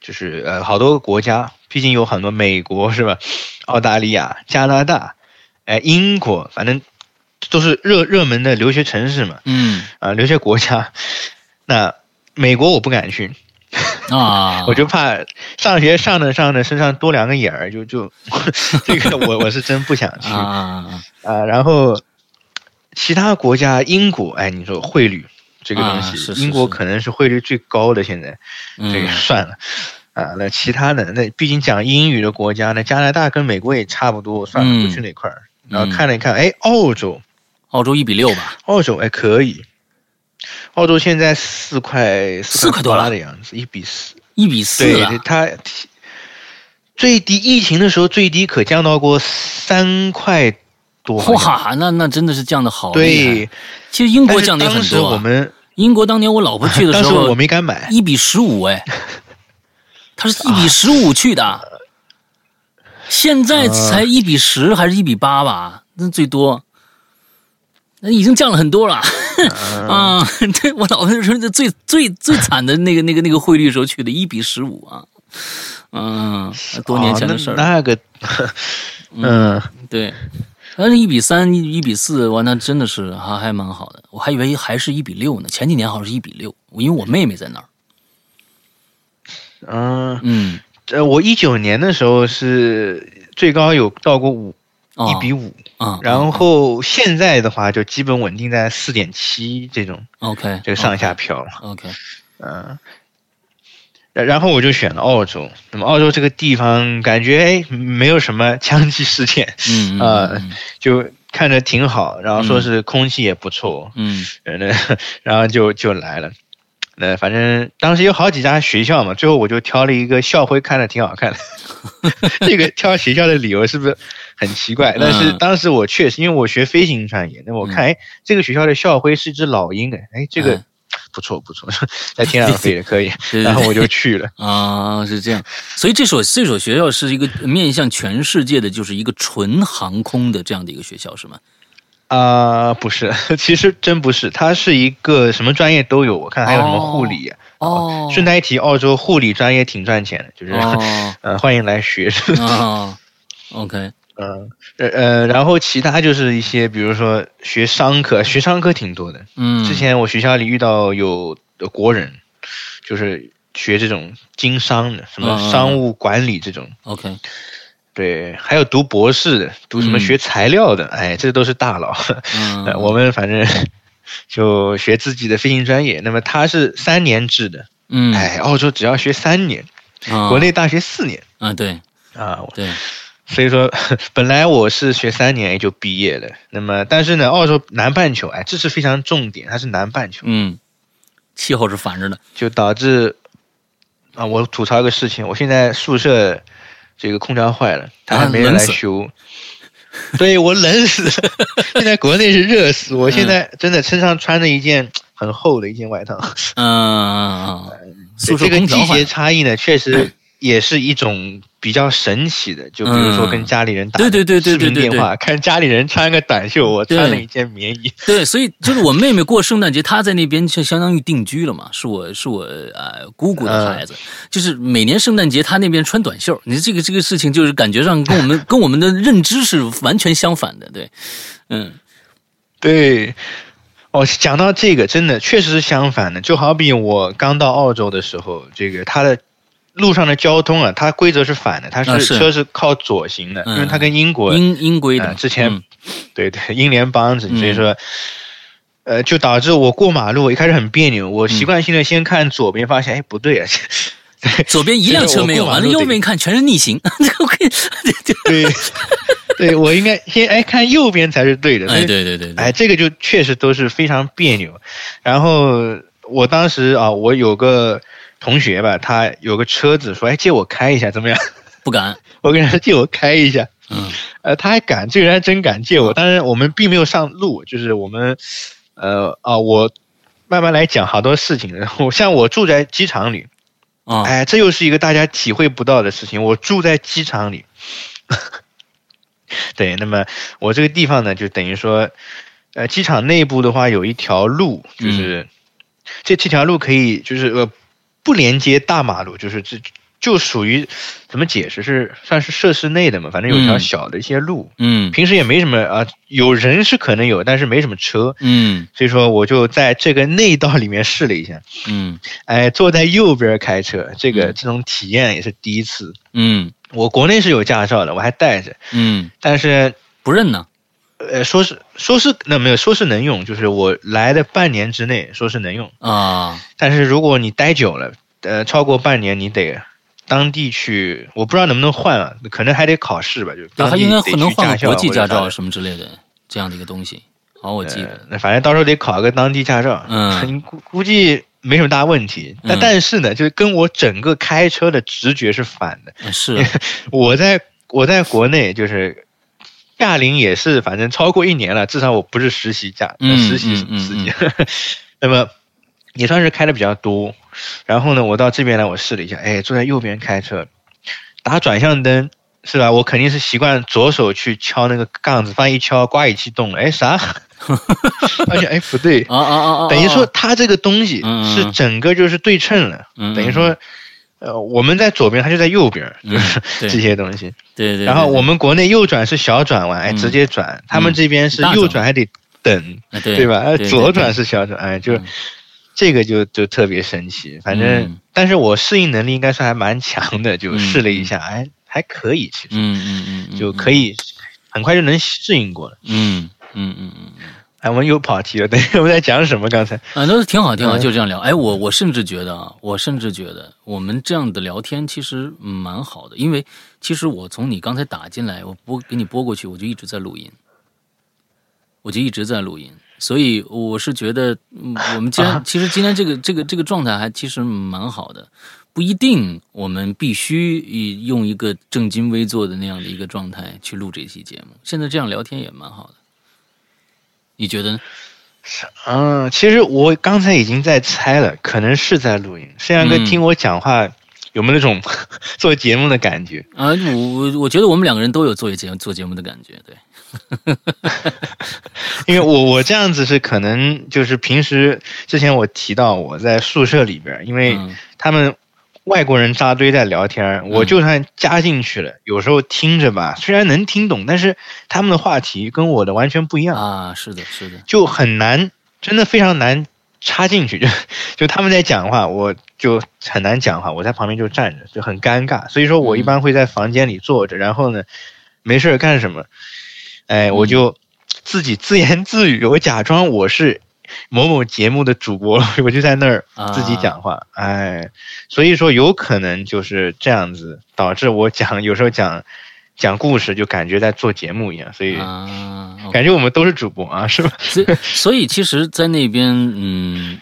Speaker 3: 就是呃好多个国家，毕竟有很多美国是吧，澳大利亚、加拿大，哎、英国，反正都是热热门的留学城市嘛，
Speaker 2: 嗯
Speaker 3: 啊、留学国家。 <laughs> 那美国我不敢去，
Speaker 2: 啊，
Speaker 3: <laughs> 我就怕上学上着上着身上多两个眼儿，就 <laughs> 就这个我我是真不想去 <laughs> 啊、
Speaker 2: 啊，
Speaker 3: 然后其他国家，英国，哎，你说汇率这个东西，
Speaker 2: 啊是是
Speaker 3: 英国
Speaker 2: 是
Speaker 3: 可能是汇率最高的，现在这
Speaker 2: 嗯
Speaker 3: 个算了。啊，那其他的那毕竟讲英语的国家，那加拿大跟美国也差不多，算了，不去
Speaker 2: 嗯
Speaker 3: 那块儿。然
Speaker 2: 嗯
Speaker 3: 后看了一看，哎，澳洲，
Speaker 2: 澳洲一比六吧，
Speaker 3: 澳洲哎可以，澳洲现在四块
Speaker 2: 四块多
Speaker 3: 八
Speaker 2: 了
Speaker 3: 的样子，一比四。
Speaker 2: 一比四啊
Speaker 3: 对
Speaker 2: 了，
Speaker 3: 它最低疫情的时候最低可降到过三块多。好像
Speaker 2: 哇，那那真的是降的好厉害。
Speaker 3: 对，
Speaker 2: 其实英
Speaker 3: 但
Speaker 2: 国
Speaker 3: 是
Speaker 2: 降的也
Speaker 3: 当
Speaker 2: 很
Speaker 3: 时
Speaker 2: 多啊、
Speaker 3: 我们
Speaker 2: 英国当年我老婆去的
Speaker 3: <laughs> 当
Speaker 2: 时
Speaker 3: 时
Speaker 2: 候
Speaker 3: 我，没敢买，
Speaker 2: 一比十五哎，他是一比十五去的，现
Speaker 3: 啊
Speaker 2: 在才一比十还是一比八吧？那最多，那已经降了很多了 <laughs> 啊！对我老婆说这最最最惨的那个那个那个汇率时候去的，一比十五啊，嗯，多年前的事儿
Speaker 3: 哦
Speaker 2: 了，
Speaker 3: 那那个， <laughs> 嗯，
Speaker 2: 对。但是，一比三、一比四，完，那真的是还还蛮好的。我还以为还是一比六呢，前几年好像是一比六，因为我妹妹在那儿。
Speaker 3: 嗯，
Speaker 2: 嗯，
Speaker 3: 呃，我一九年的时候是最高有到过五
Speaker 2: 哦，
Speaker 3: 一比五，
Speaker 2: 啊，
Speaker 3: 然后现在的话就基本稳定在四点七这种
Speaker 2: OK，哦
Speaker 3: 这个上下飘。 <laughs>
Speaker 2: OK，
Speaker 3: 嗯，然然后我就选了澳洲。那么澳洲这个地方，感觉哎没有什么枪击事件，
Speaker 2: 嗯
Speaker 3: 呃
Speaker 2: 嗯
Speaker 3: 就看着挺好，然后说是空气也不错， <laughs>
Speaker 2: 嗯
Speaker 3: 嗯，那然后就就来了。那反正当时有好几家学校嘛，最后我就挑了一个校徽看着挺好看的。 <laughs> 这个挑学校的理由是不是很奇怪？但是
Speaker 2: 嗯
Speaker 3: 当时我确实，因为我学飞行专业，那我看哎，这个学校的校徽是一只老鹰，哎，哎，这个
Speaker 2: 嗯
Speaker 3: 不错不错， <laughs> 在天上飞的可以。
Speaker 2: 对
Speaker 3: <laughs> 然后
Speaker 2: 对
Speaker 3: 我就去
Speaker 2: <laughs>
Speaker 3: 了。
Speaker 2: 啊，是这样，所以这所这所学校是一个面向全世界的，就是一个纯航空的这样的一个学校，是吗？
Speaker 3: <laughs> 啊、不是，其实真不是，它是一个什么专业都有，我看还有什么护理、
Speaker 2: 哦，
Speaker 3: 顺带一提，澳洲护理专业挺赚钱的，就是、
Speaker 2: 哦
Speaker 3: <laughs> 呃欢迎来学。
Speaker 2: <laughs> 哦，OK，
Speaker 3: 嗯 <laughs> 呃呃，然后其他就是一些，比如说学商科，学商科挺多的。
Speaker 2: 嗯，
Speaker 3: 之前我学校里遇到有呃国人，就是学这种经商的，什
Speaker 2: 嗯嗯
Speaker 3: 么
Speaker 2: 嗯
Speaker 3: 商务管理这种。
Speaker 2: OK，
Speaker 3: 对，还有读博士的，读什么
Speaker 2: 嗯
Speaker 3: 学材料的，哎，这都是大佬。 <laughs>
Speaker 2: 嗯，
Speaker 3: 呃我们反正 <laughs> 就学自己的飞行专业。那么他是三年制的，
Speaker 2: 嗯，
Speaker 3: 哎，澳洲只要学三年，
Speaker 2: 啊，
Speaker 3: 国内大学四年
Speaker 2: 啊，对
Speaker 3: 啊。
Speaker 2: 对，
Speaker 3: 所以说，本来我是学三年也就毕业了。那么，但是呢，澳洲南半球，哎，这是非常重点，它是南半球，
Speaker 2: 嗯，气候是反着的，
Speaker 3: 就导致啊，我吐槽一个事情，我现在宿舍这个空调坏了，他还没人
Speaker 2: 啊冷
Speaker 3: 来
Speaker 2: 死
Speaker 3: 修，对我冷死了。 <laughs> 现在国内是热死，我现在真的身上穿着一件很厚的一件外套。
Speaker 2: 嗯嗯嗯嗯，宿舍
Speaker 3: 这
Speaker 2: 空
Speaker 3: 个
Speaker 2: 调
Speaker 3: 季
Speaker 2: 坏
Speaker 3: 节
Speaker 2: 了，<clears throat>
Speaker 3: 差异呢，确实也是一种比较神奇的。就比如说跟家里人打
Speaker 2: 嗯对对对对
Speaker 3: 视
Speaker 2: 对
Speaker 3: 频
Speaker 2: 对
Speaker 3: 电
Speaker 2: 对
Speaker 3: 话，看家里人穿个短袖，我
Speaker 2: 对
Speaker 3: 穿了一件棉衣。
Speaker 2: <laughs> 对，所以就是我妹妹过圣诞节，她在那边就相当于定居了嘛，是我是我呃姑姑的孩子，就是每年圣诞节她那边穿短袖，你这个这个事情就是感觉上跟我
Speaker 3: <laughs>
Speaker 2: 们跟我们的认知是完全相反的，对，嗯
Speaker 3: 对，哦，讲到这个，真的确实是相反的。就好比我刚到澳洲的时候，这个它的路上的交通啊，它规则是反的，它
Speaker 2: 啊
Speaker 3: 是
Speaker 2: 是
Speaker 3: 车是靠左行的，
Speaker 2: 嗯
Speaker 3: 因为它跟英国
Speaker 2: 英英规的，
Speaker 3: 呃之前
Speaker 2: 嗯
Speaker 3: 对对，英联邦子，
Speaker 2: 嗯
Speaker 3: 所以说，呃，就导致我过马路一开始很别扭，
Speaker 2: 嗯
Speaker 3: 我习惯性的先看左边，发现哎不对啊，
Speaker 2: 左边一辆车没有，完了右边看全是逆行， <laughs>
Speaker 3: 对，对我应该先哎看右边才是对的，所
Speaker 2: 哎
Speaker 3: 以
Speaker 2: 对对对，对
Speaker 3: 哎，这个就确实都是非常别扭。然后我当时啊，我有个同学吧，他有个车子，说哎借我开一下怎么样？
Speaker 2: 不敢，
Speaker 3: <laughs> 我跟他说借我开一下，
Speaker 2: 嗯
Speaker 3: 呃，他还敢，这个人还真敢借我。当然，我们并没有上路，就是我们，呃啊，我慢慢来讲好多事情。然后像我住在机场里，
Speaker 2: 啊
Speaker 3: 哎，这又是一个大家体会不到的事情。我住在机场里， <laughs> 对，那么我这个地方呢，就等于说，呃，机场内部的话有一条路，
Speaker 2: 嗯
Speaker 3: 就是、这这条路可以就是呃不连接大马路，就是这就属于怎么解释是算是设施内的嘛，反正有一条
Speaker 2: 嗯
Speaker 3: 小的一些路，
Speaker 2: 嗯
Speaker 3: 平时也没什么啊、有人是可能有，但是没什么车，
Speaker 2: 嗯
Speaker 3: 所以说我就在这个内道里面试了一下。
Speaker 2: 嗯
Speaker 3: 哎，坐在右边开车，这个
Speaker 2: 嗯
Speaker 3: 这种体验也是第一次。
Speaker 2: 嗯
Speaker 3: 我国内是有驾照的，我还带着，
Speaker 2: 嗯，
Speaker 3: 但是
Speaker 2: 不认呢，
Speaker 3: 呃，说是说是那没有，说是能用，就是我来的半年之内说是能用，
Speaker 2: 啊
Speaker 3: 但是如果你待久了，呃，超过半年，你得当地去，我不知道能不能换啊，可能还得考试吧，就
Speaker 2: 那
Speaker 3: 当
Speaker 2: 他
Speaker 3: 地
Speaker 2: 应该
Speaker 3: 得去
Speaker 2: 能换个
Speaker 3: 校
Speaker 2: 国际
Speaker 3: 或者
Speaker 2: 驾
Speaker 3: 啥
Speaker 2: 照
Speaker 3: 的
Speaker 2: 什么之类的这样的一个东西。好，我记得，
Speaker 3: 呃，反正到时候得考个当地驾照， <laughs>
Speaker 2: 嗯
Speaker 3: 估估计没什么大问题。但
Speaker 2: 嗯
Speaker 3: 但是呢，就是跟我整个开车的直觉是反的。
Speaker 2: 呃是啊
Speaker 3: 我在我在国内就是驾龄也是，反正超过一年了，至少我不是实习驾，呃
Speaker 2: 嗯
Speaker 3: 实习
Speaker 2: 嗯嗯
Speaker 3: 司机。 <laughs> 那么也算是开的比较多。然后呢，我到这边来，我试了一下，哎，坐在右边开车，打转向灯。是吧？我肯定是习惯左手去敲那个杠子，发现一敲，刮一气动了。哎，啥？ <laughs> 发现哎不对，
Speaker 2: 啊啊啊啊！
Speaker 3: <laughs> 等于说它这个东西
Speaker 2: 嗯嗯
Speaker 3: 是整个就是对称了，
Speaker 2: 嗯，嗯
Speaker 3: 等于说，呃，我们在左边，它就在右边，
Speaker 2: 嗯对
Speaker 3: 这些东西。
Speaker 2: 对对对，
Speaker 3: 然后我们国内右转是小转弯，哎，
Speaker 2: 嗯
Speaker 3: 直接转；他们这边是
Speaker 2: 大
Speaker 3: 右
Speaker 2: 转
Speaker 3: 转还得等，
Speaker 2: 对对
Speaker 3: 对吧？哎，
Speaker 2: 对
Speaker 3: 左
Speaker 2: 对
Speaker 3: 转是小转，哎，就
Speaker 2: 嗯
Speaker 3: 这个就就特别神奇。反正
Speaker 2: 嗯，
Speaker 3: 但是我适应能力应该算还蛮强的，就
Speaker 2: 嗯
Speaker 3: 试了一下，哎，还可以，其实
Speaker 2: 嗯嗯嗯嗯，
Speaker 3: 就可以很快就能适应过了。
Speaker 2: 嗯，嗯嗯嗯嗯，
Speaker 3: 哎，我们又跑题了， <laughs> 等一下我们在讲什么？刚才
Speaker 2: 啊，都是挺好挺好，
Speaker 3: 嗯
Speaker 2: 就这样聊。哎，我我甚至觉得啊，我甚至觉得我们这样的聊天其实嗯蛮好的，因为其实我从你刚才打进来，我拨给你拨过去，我就一直在录音，我就一直在录音。所以我是觉得，嗯我们既然其实今天这个这个这个状态还其实蛮好的，不一定我们必须以用一个正襟危坐的那样的一个状态去录这期节目。现在这样聊天也蛮好的，你觉得呢？
Speaker 3: 嗯嗯，其实我刚才已经在猜了，可能是在录音。摄像哥
Speaker 2: 嗯
Speaker 3: 听我讲话，有没有那种 <laughs> 做节目的感觉？
Speaker 2: 啊，我我我觉得我们两个人都有做节做节目的感觉，对，
Speaker 3: 因为我我这样子是可能就是平时之前我提到我在宿舍里边儿，因为
Speaker 2: 嗯
Speaker 3: 他们外国人扎堆在聊天儿，我就算加进去了，有时候听着吧，虽然能听懂，但是他们的话题跟我的完全不一样，
Speaker 2: 啊，是的，是的，
Speaker 3: 就很难，真的非常难插进去。就 <laughs> 就他们在讲话，我就很难讲话，我在旁边就站着，就很尴尬。所以说我一般会在房间里坐着，然后呢，没事儿干什么，哎，
Speaker 2: 嗯
Speaker 3: 我就自己自言自语，我假装我是。某某节目的主播， <laughs> 我就在那儿
Speaker 2: 啊
Speaker 3: 自己讲话，哎，所以说有可能就是这样子，导致我讲有时候讲讲故事就感觉在做节目一样，所以
Speaker 2: 啊，OK，
Speaker 3: 感觉我们都是主播啊，是吧？
Speaker 2: 所以所以其实，在那边，嗯，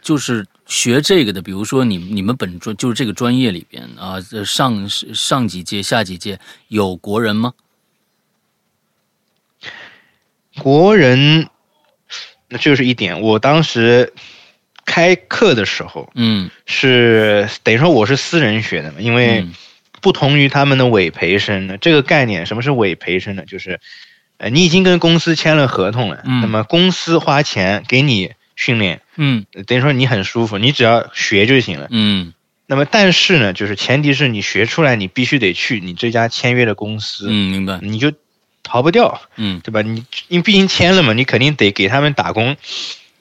Speaker 2: 就是学这个的，比如说你你们本专就是这个专业里边啊，呃上上几届、下几届有国人吗？
Speaker 3: 国人，那就是一点。我当时开课的时候
Speaker 2: 嗯，
Speaker 3: 是等于说我是私人学的嘛，因为
Speaker 2: 嗯
Speaker 3: 不同于他们的委培生呢，这个概念什么是委培生呢？就是呃，你已经跟公司签了合同了，
Speaker 2: 嗯
Speaker 3: 那么公司花钱给你训练，
Speaker 2: 嗯
Speaker 3: 呃等于说你很舒服，你只要学就行了。
Speaker 2: 嗯
Speaker 3: 那么但是呢，就是前提是你学出来，你必须得去你这家签约的公司，
Speaker 2: 嗯，明白，
Speaker 3: 你就逃不掉。
Speaker 2: 嗯
Speaker 3: 对吧？你因为毕竟签了嘛，你肯定得给他们打工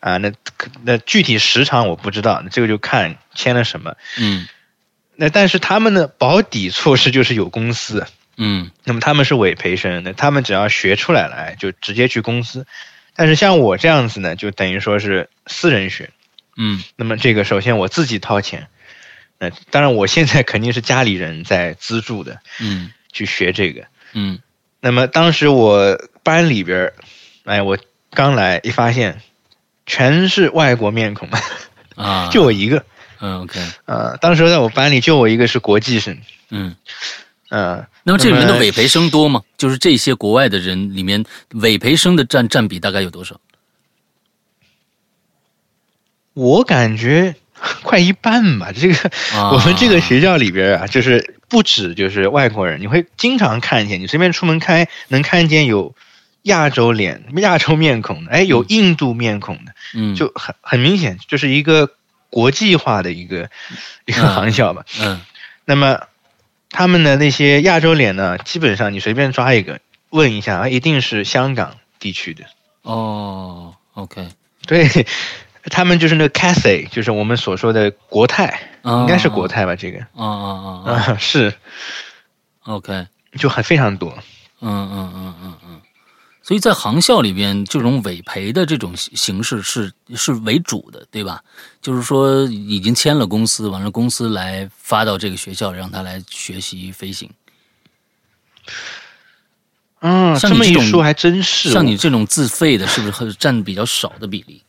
Speaker 3: 啊。那可那具体时长我不知道，这个就看签了什么。
Speaker 2: 嗯
Speaker 3: 那但是他们的保底措施就是有公司，
Speaker 2: 嗯
Speaker 3: 那么他们是委培生，那他们只要学出来了，哎就直接去公司。但是像我这样子呢，就等于说是私人学。
Speaker 2: 嗯
Speaker 3: 那么这个首先我自己掏钱，那当然我现在肯定是家里人在资助的
Speaker 2: 嗯
Speaker 3: 去学这个。
Speaker 2: 嗯
Speaker 3: 那么当时我班里边儿，哎，我刚来一发现，全是外国面孔，
Speaker 2: 啊，
Speaker 3: <laughs> 就我一个。
Speaker 2: 嗯 OK，
Speaker 3: 呃，当时在我班里就我一个是国际生，
Speaker 2: 嗯。
Speaker 3: 呃，
Speaker 2: 那么这里面
Speaker 3: 那
Speaker 2: 的
Speaker 3: 么
Speaker 2: 委培生多吗？就是这些国外的人里面，委培生的占占比大概有多少？
Speaker 3: 我感觉 <laughs> 快一半吧。这个、
Speaker 2: 啊
Speaker 3: <laughs> 我们这个学校里边儿啊，就是不止就是外国人，你会经常看见，你随便出门开能看见有亚洲脸、亚洲面孔的，哎，有印度面孔的，
Speaker 2: 嗯，
Speaker 3: 就很很明显，就是一个国际化的一个一个
Speaker 2: 嗯
Speaker 3: 航校吧。
Speaker 2: 嗯
Speaker 3: 那么他们的那些亚洲脸呢，基本上你随便抓一个问一下，啊一定是香港地区的。
Speaker 2: 哦，OK，
Speaker 3: 对，他们就是那个 Cathay，就是我们所说的国泰，
Speaker 2: 啊
Speaker 3: 应该是国泰吧？这个
Speaker 2: 啊啊啊啊
Speaker 3: 啊、是
Speaker 2: ，OK，嗯
Speaker 3: 就很非常多。
Speaker 2: 嗯嗯嗯嗯，所以在航校里边，这种委培的这种形形式是是为主的，对吧？就是说已经签了公司，完了公司来发到这个学校，让他来学习飞行。
Speaker 3: 嗯，
Speaker 2: 像你
Speaker 3: 这么
Speaker 2: 这
Speaker 3: 一
Speaker 2: 种
Speaker 3: 说还真是。哦
Speaker 2: 像你这种自费的，是不是很占比较少的比例？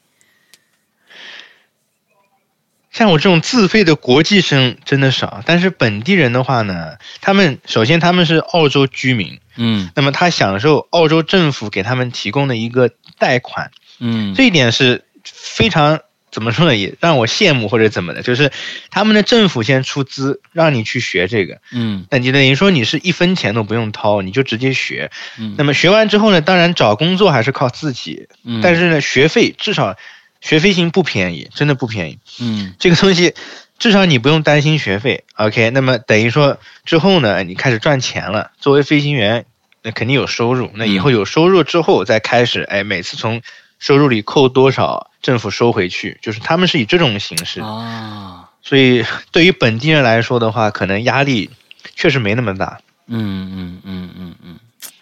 Speaker 3: 像我这种自费的国际生真的少，但是本地人的话呢，他们首先他们是澳洲居民，
Speaker 2: 嗯
Speaker 3: 那么他享受澳洲政府给他们提供的一个贷款，
Speaker 2: 嗯，
Speaker 3: 这一点是非常怎么说呢，也让我羡慕或者怎么的，就是他们的政府先出资让你去学这个，
Speaker 2: 嗯
Speaker 3: 那你等于说你是一分钱都不用掏，你就直接学。
Speaker 2: 嗯
Speaker 3: 那么学完之后呢，当然找工作还是靠自己，
Speaker 2: 嗯，
Speaker 3: 但是呢，学费至少学飞行不便宜，真的不便宜。
Speaker 2: 嗯
Speaker 3: 这个东西至少你不用担心学费。OK，那么等于说之后呢，你开始赚钱了，作为飞行员，那肯定有收入。那以后有收入之后，再开始哎，每次从收入里扣多少，政府收回去，就是他们是以这种形式。
Speaker 2: 啊，
Speaker 3: 所以对于本地人来说的话，可能压力确实没那么大。
Speaker 2: 嗯嗯嗯嗯嗯，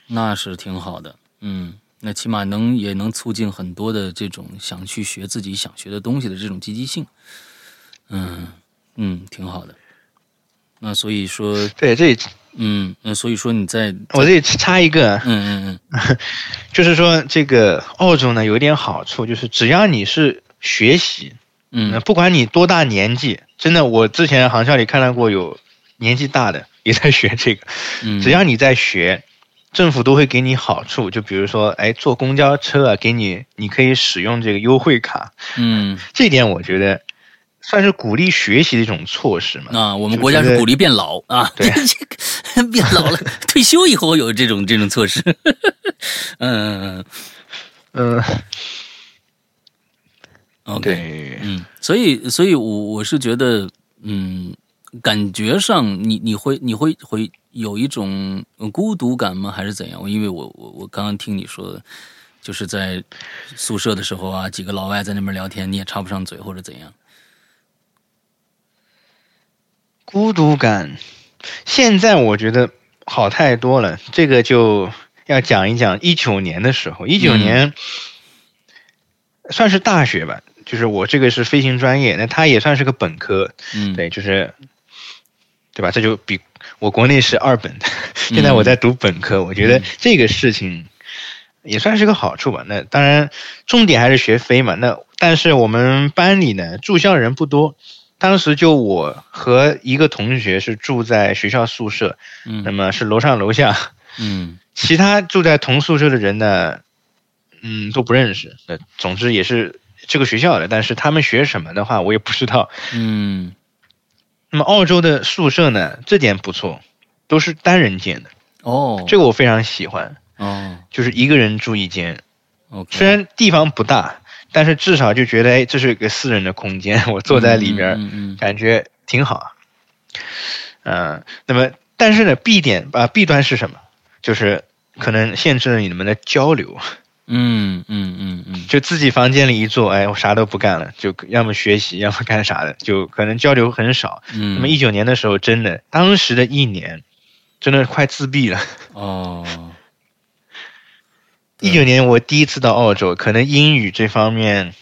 Speaker 2: 那是挺好的，嗯，那起码能也能促进很多的这种想去学自己想学的东西的这种积极性，嗯嗯，挺好的。那所以说，
Speaker 3: 对，这里
Speaker 2: 嗯，那所以说你在，
Speaker 3: 我这里插一个，
Speaker 2: 嗯嗯
Speaker 3: 就是说这个澳洲呢有一点好处，就是只要你是学习，
Speaker 2: 嗯
Speaker 3: 那
Speaker 2: 嗯，
Speaker 3: 不管你多大年纪，真的，我之前航校里看到过有年纪大的 <laughs> 也在学这个。
Speaker 2: 嗯
Speaker 3: 只要你在学，政府都会给你好处，就比如说，哎，坐公交车啊，给你，你可以使用这个优惠卡。
Speaker 2: 嗯
Speaker 3: 这一点我觉得算是鼓励学习的一种措施嘛。
Speaker 2: 啊，我们国家是鼓励变老啊，
Speaker 3: 对
Speaker 2: 这个 <laughs> 变老了，退休以后有这种这种措施。 <laughs> 嗯嗯
Speaker 3: 嗯，
Speaker 2: 嗯，OK，
Speaker 3: 对，
Speaker 2: 嗯，所以所以我，我是觉得，嗯，感觉上你你会你会会有一种呃孤独感吗？还是怎样？因为我我我刚刚听你说的，就是在宿舍的时候啊，几个老外在那边聊天，你也插不上嘴或者怎样。
Speaker 3: 孤独感，现在我觉得好太多了。这个就要讲一讲一九年的时候，一九
Speaker 2: 嗯
Speaker 3: 年、算是大学吧，就是我这个是飞行专业，那他也算是个本科，
Speaker 2: 嗯，
Speaker 3: 对，就是，对吧？这就比我国内是二本，现在我
Speaker 2: 嗯
Speaker 3: 在读本科，我觉得这个事情也算是个好处吧。那当然，重点还是学飞嘛。那但是我们班里呢，住校人不多。当时就我和一个同学是住在学校宿舍，那
Speaker 2: 嗯
Speaker 3: 么是楼上楼下，
Speaker 2: 嗯
Speaker 3: 其他住在同宿舍的人呢，嗯，都不认识。那总之也是这个学校的，但是他们学什么的话，我也不知道。
Speaker 2: 嗯
Speaker 3: 那么澳洲的宿舍呢，这点不错，都是单人间的，
Speaker 2: 哦，
Speaker 3: 这个我非常喜欢，
Speaker 2: 哦
Speaker 3: 就是一个人住一间，
Speaker 2: ，OK，
Speaker 3: 虽然地方不大，但是至少就觉得哎，这是一个私人的空间， <laughs> 我坐在里边儿，
Speaker 2: 嗯嗯
Speaker 3: 感觉挺好。嗯、那么但是呢，弊点啊，弊端是什么？就是可能限制了你们的交流， <laughs>
Speaker 2: 嗯嗯嗯嗯
Speaker 3: 就自己房间里一坐，哎，我啥都不干了，就要么学习，要么干啥的，就可能交流很少。
Speaker 2: 嗯，
Speaker 3: 那么一九年的时候，真的，当时的一年，真的快自闭了。
Speaker 2: 哦，对
Speaker 3: <laughs> 一九年我第一次到澳洲，可能英语这方面，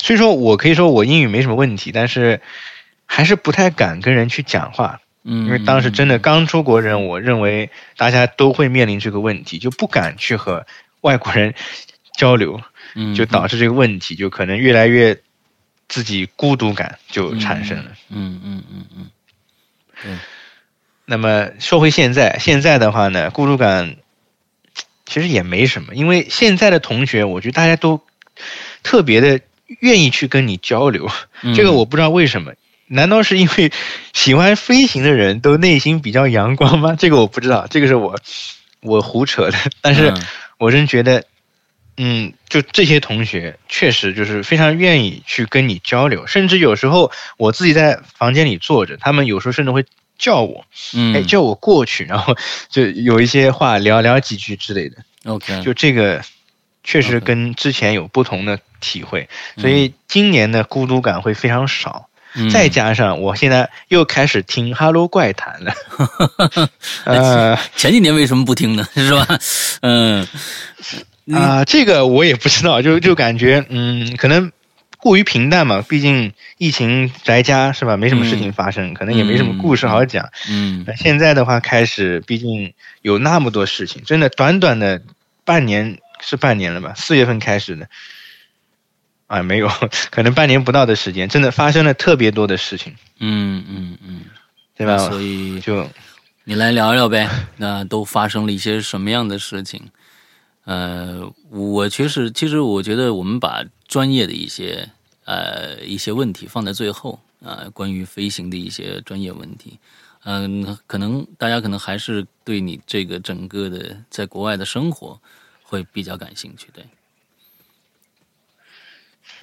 Speaker 3: 虽说我可以说我英语没什么问题，但是还是不太敢跟人去讲话，
Speaker 2: 嗯，
Speaker 3: 因为当时真的刚出国人，我认为大家都会面临这个问题，就不敢去和外国人交流，
Speaker 2: 嗯
Speaker 3: 就导致这个问题就可能越来越自己孤独感就产生了。
Speaker 2: 嗯嗯嗯嗯
Speaker 3: 那么说回现在，现在的话呢，孤独感其实也没什么，因为现在的同学，我觉得大家都特别的愿意去跟你交流，
Speaker 2: 嗯，
Speaker 3: <laughs> 这个我不知道为什么。难道是因为喜欢飞行的人都内心比较阳光吗？这个我不知道，这个是我我胡扯的。但是
Speaker 2: 嗯
Speaker 3: 我真觉得，嗯，就这些同学确实就是非常愿意去跟你交流，甚至有时候我自己在房间里坐着，他们有时候甚至会叫我，
Speaker 2: 嗯，
Speaker 3: 哎，叫我过去，然后 <laughs> 就有一些话聊聊几句之类的。
Speaker 2: OK，
Speaker 3: 就这个，确实
Speaker 2: OK
Speaker 3: 跟之前有不同的体会，所
Speaker 2: 嗯
Speaker 3: 以今年的孤独感会非常少。再
Speaker 2: 讲
Speaker 3: 加上我现在又开始听《哈喽怪
Speaker 2: <laughs>
Speaker 3: 谈》了，呃
Speaker 2: 前几年为什么不听呢？是
Speaker 3: <laughs>
Speaker 2: 吧？嗯
Speaker 3: 啊、这个我也不知道，就就感觉嗯，可能。过于平淡嘛，毕竟疫情宅家是吧？没什么事情发生，可能也没什么故事好讲。
Speaker 2: 嗯
Speaker 3: 那现在的话，开始毕竟有那么多事情，真的短短的半年是半年了吧？四月份开始的，啊，没有，可能半年不到的时间，真的发生了特别多的事情，
Speaker 2: 嗯嗯嗯，
Speaker 3: 对吧？
Speaker 2: 所以
Speaker 3: 就
Speaker 2: 你来聊聊呗，那都发生了一些什么样的事情？呃，我其实其实我觉得我们把专业的一些呃一些问题放在最后啊、呃关于飞行的一些专业问题，嗯、可能大家可能还是对你这个整个的在国外的生活会比较感兴趣，对，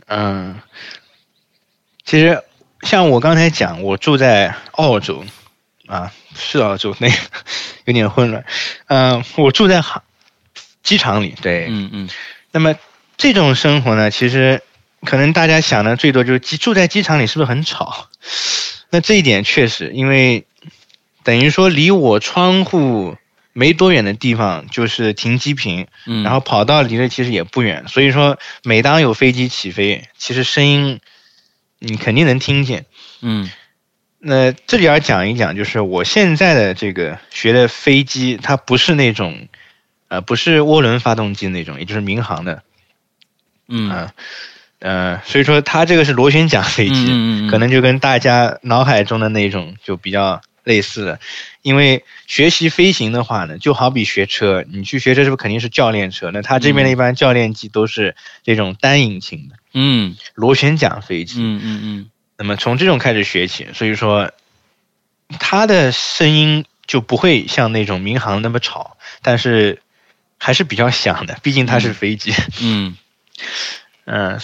Speaker 3: 嗯，其实像我刚才讲，我住在澳洲啊，是澳洲，那个 <laughs> 有点混乱。嗯、我住在航机场里，对，
Speaker 2: 嗯嗯
Speaker 3: 那么这种生活呢，其实可能大家想的最多就是机住在机场里是不是很吵？ <sighs> 那这一点确实，因为等于说离我窗户没多远的地方就是停机坪，
Speaker 2: 嗯，
Speaker 3: 然后跑道离得其实也不远，所以说每当有飞机起飞，其实声音你肯定能听见。
Speaker 2: 嗯
Speaker 3: 那这里要讲一讲，就是我现在的这个学的飞机，它不是那种，呃，不是涡轮发动机那种，也就是民航的，
Speaker 2: 嗯
Speaker 3: 啊呃，所以说它这个是螺旋桨飞
Speaker 2: 嗯
Speaker 3: 机，
Speaker 2: 嗯嗯
Speaker 3: 可能就跟大家脑海中的那种就比较类似了。因为学习飞行的话呢，就好比学车，你去学车是不是肯定是教练车？那它这边的一般教练机都是这种单引擎的
Speaker 2: 嗯
Speaker 3: 螺旋桨飞机。
Speaker 2: 嗯嗯嗯
Speaker 3: 那么从这种开始学起，所以说他的声音就不会像那种民航那么吵，但是还是比较响的，毕竟它是飞机。 <laughs>
Speaker 2: 嗯
Speaker 3: 嗯，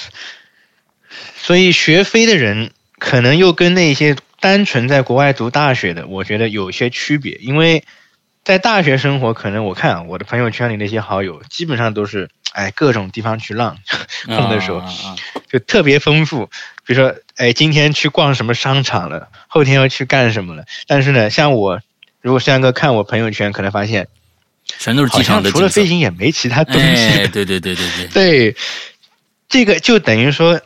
Speaker 3: 所以学飞的人可能又跟那些单纯在国外读大学的，我觉得有些区别，因为在大学生活，可能我看啊我的朋友圈里那些好友，基本上都是哎各种地方去浪， <laughs> 空的时候
Speaker 2: 啊啊啊
Speaker 3: 就特别丰富。比如说，哎，今天去逛什么商场了，后天又去干什么了。但是呢，像我，如果山哥看我朋友圈，可能发现
Speaker 2: 全都是
Speaker 3: 好
Speaker 2: 机场
Speaker 3: 像
Speaker 2: 的
Speaker 3: 除了
Speaker 2: 景色
Speaker 3: 飞行也没其他东西。
Speaker 2: 哎，对对对对对，
Speaker 3: 对，这个就等于说，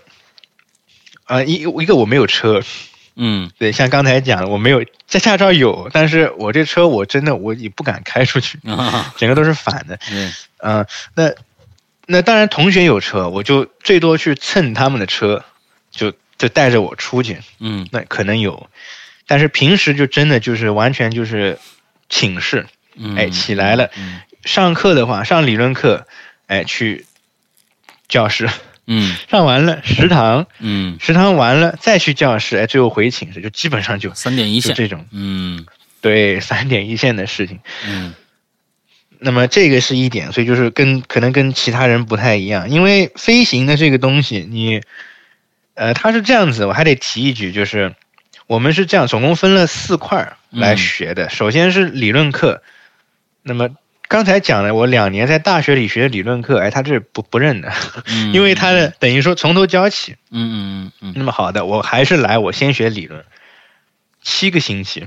Speaker 3: 啊，一一个我没有车，
Speaker 2: 嗯
Speaker 3: 对，像刚才讲，我没有在驾照有，但是我这车我真的我也不敢开出去，
Speaker 2: 啊，
Speaker 3: 整个都是反的，
Speaker 2: 对，
Speaker 3: 嗯、那那当然同学有车，我就最多去蹭他们的车，就就带着我出去，
Speaker 2: 嗯
Speaker 3: 那可能有，但是平时就真的就是完全就是寝室，
Speaker 2: 嗯，
Speaker 3: 哎，起来了，
Speaker 2: 嗯
Speaker 3: 上课的话上理论课，哎去教室。
Speaker 2: 嗯
Speaker 3: 上完了食堂，
Speaker 2: 嗯，
Speaker 3: 食堂完了再去教室，哎，最后回寝室，就基本上就
Speaker 2: 三点一
Speaker 3: 就
Speaker 2: 线，
Speaker 3: 这种
Speaker 2: 嗯
Speaker 3: 对三点一线的事情。
Speaker 2: 嗯
Speaker 3: 那么这个是一点，所以就是跟可能跟其他人不太一样，因为飞行的这个东西，你呃，它是这样子，我还得提一句，就是我们是这样，总共分了四块儿来
Speaker 2: 嗯
Speaker 3: 学的，首先是理论课，那么。刚才讲了，我两年在大学里学的理论课，哎，他这不不认的，
Speaker 2: 嗯，
Speaker 3: 因为他的等于说从头教起，
Speaker 2: 嗯，嗯嗯嗯
Speaker 3: 那么好的，我还是来，我先学理论，七个星期，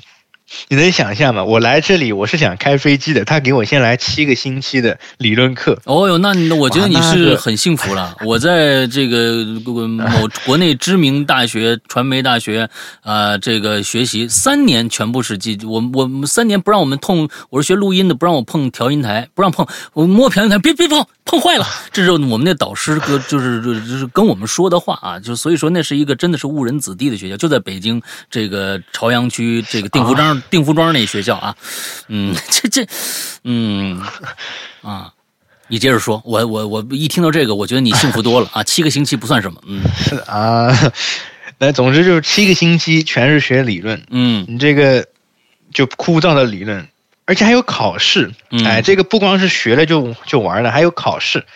Speaker 3: 你能想象吗？我来这里我是想开飞机的，他给我先来七个星期的理论课， <laughs>
Speaker 2: 哦哟，那你我觉得你
Speaker 3: 哇那
Speaker 2: 是
Speaker 3: 个
Speaker 2: 很幸福了。我在这个呃某国内知名大学、传媒大学，呃，这个学习三年全部是记，我我们三年不让我们碰，我是学录音的，不让我碰调音台，不让碰，我摸调音台，别别碰，碰坏了。这是我们那导师跟就是就是跟我们说的话啊，就所以说那是一个真的是误人子弟的学校，就在北京这个朝阳区这个定福
Speaker 3: 啊
Speaker 2: 庄、定福庄那学校啊，嗯，这这，嗯啊。你接着说，我我我一听到这个，我觉得你幸福
Speaker 3: <laughs>
Speaker 2: 多了啊！七个星期不算什么，嗯
Speaker 3: 啊，那总之就是七个星期全是学理论，
Speaker 2: 嗯
Speaker 3: 你这个就枯燥的理论，而且还有考试，
Speaker 2: 嗯
Speaker 3: 哎，这个不光是学了就就玩了，还有考试，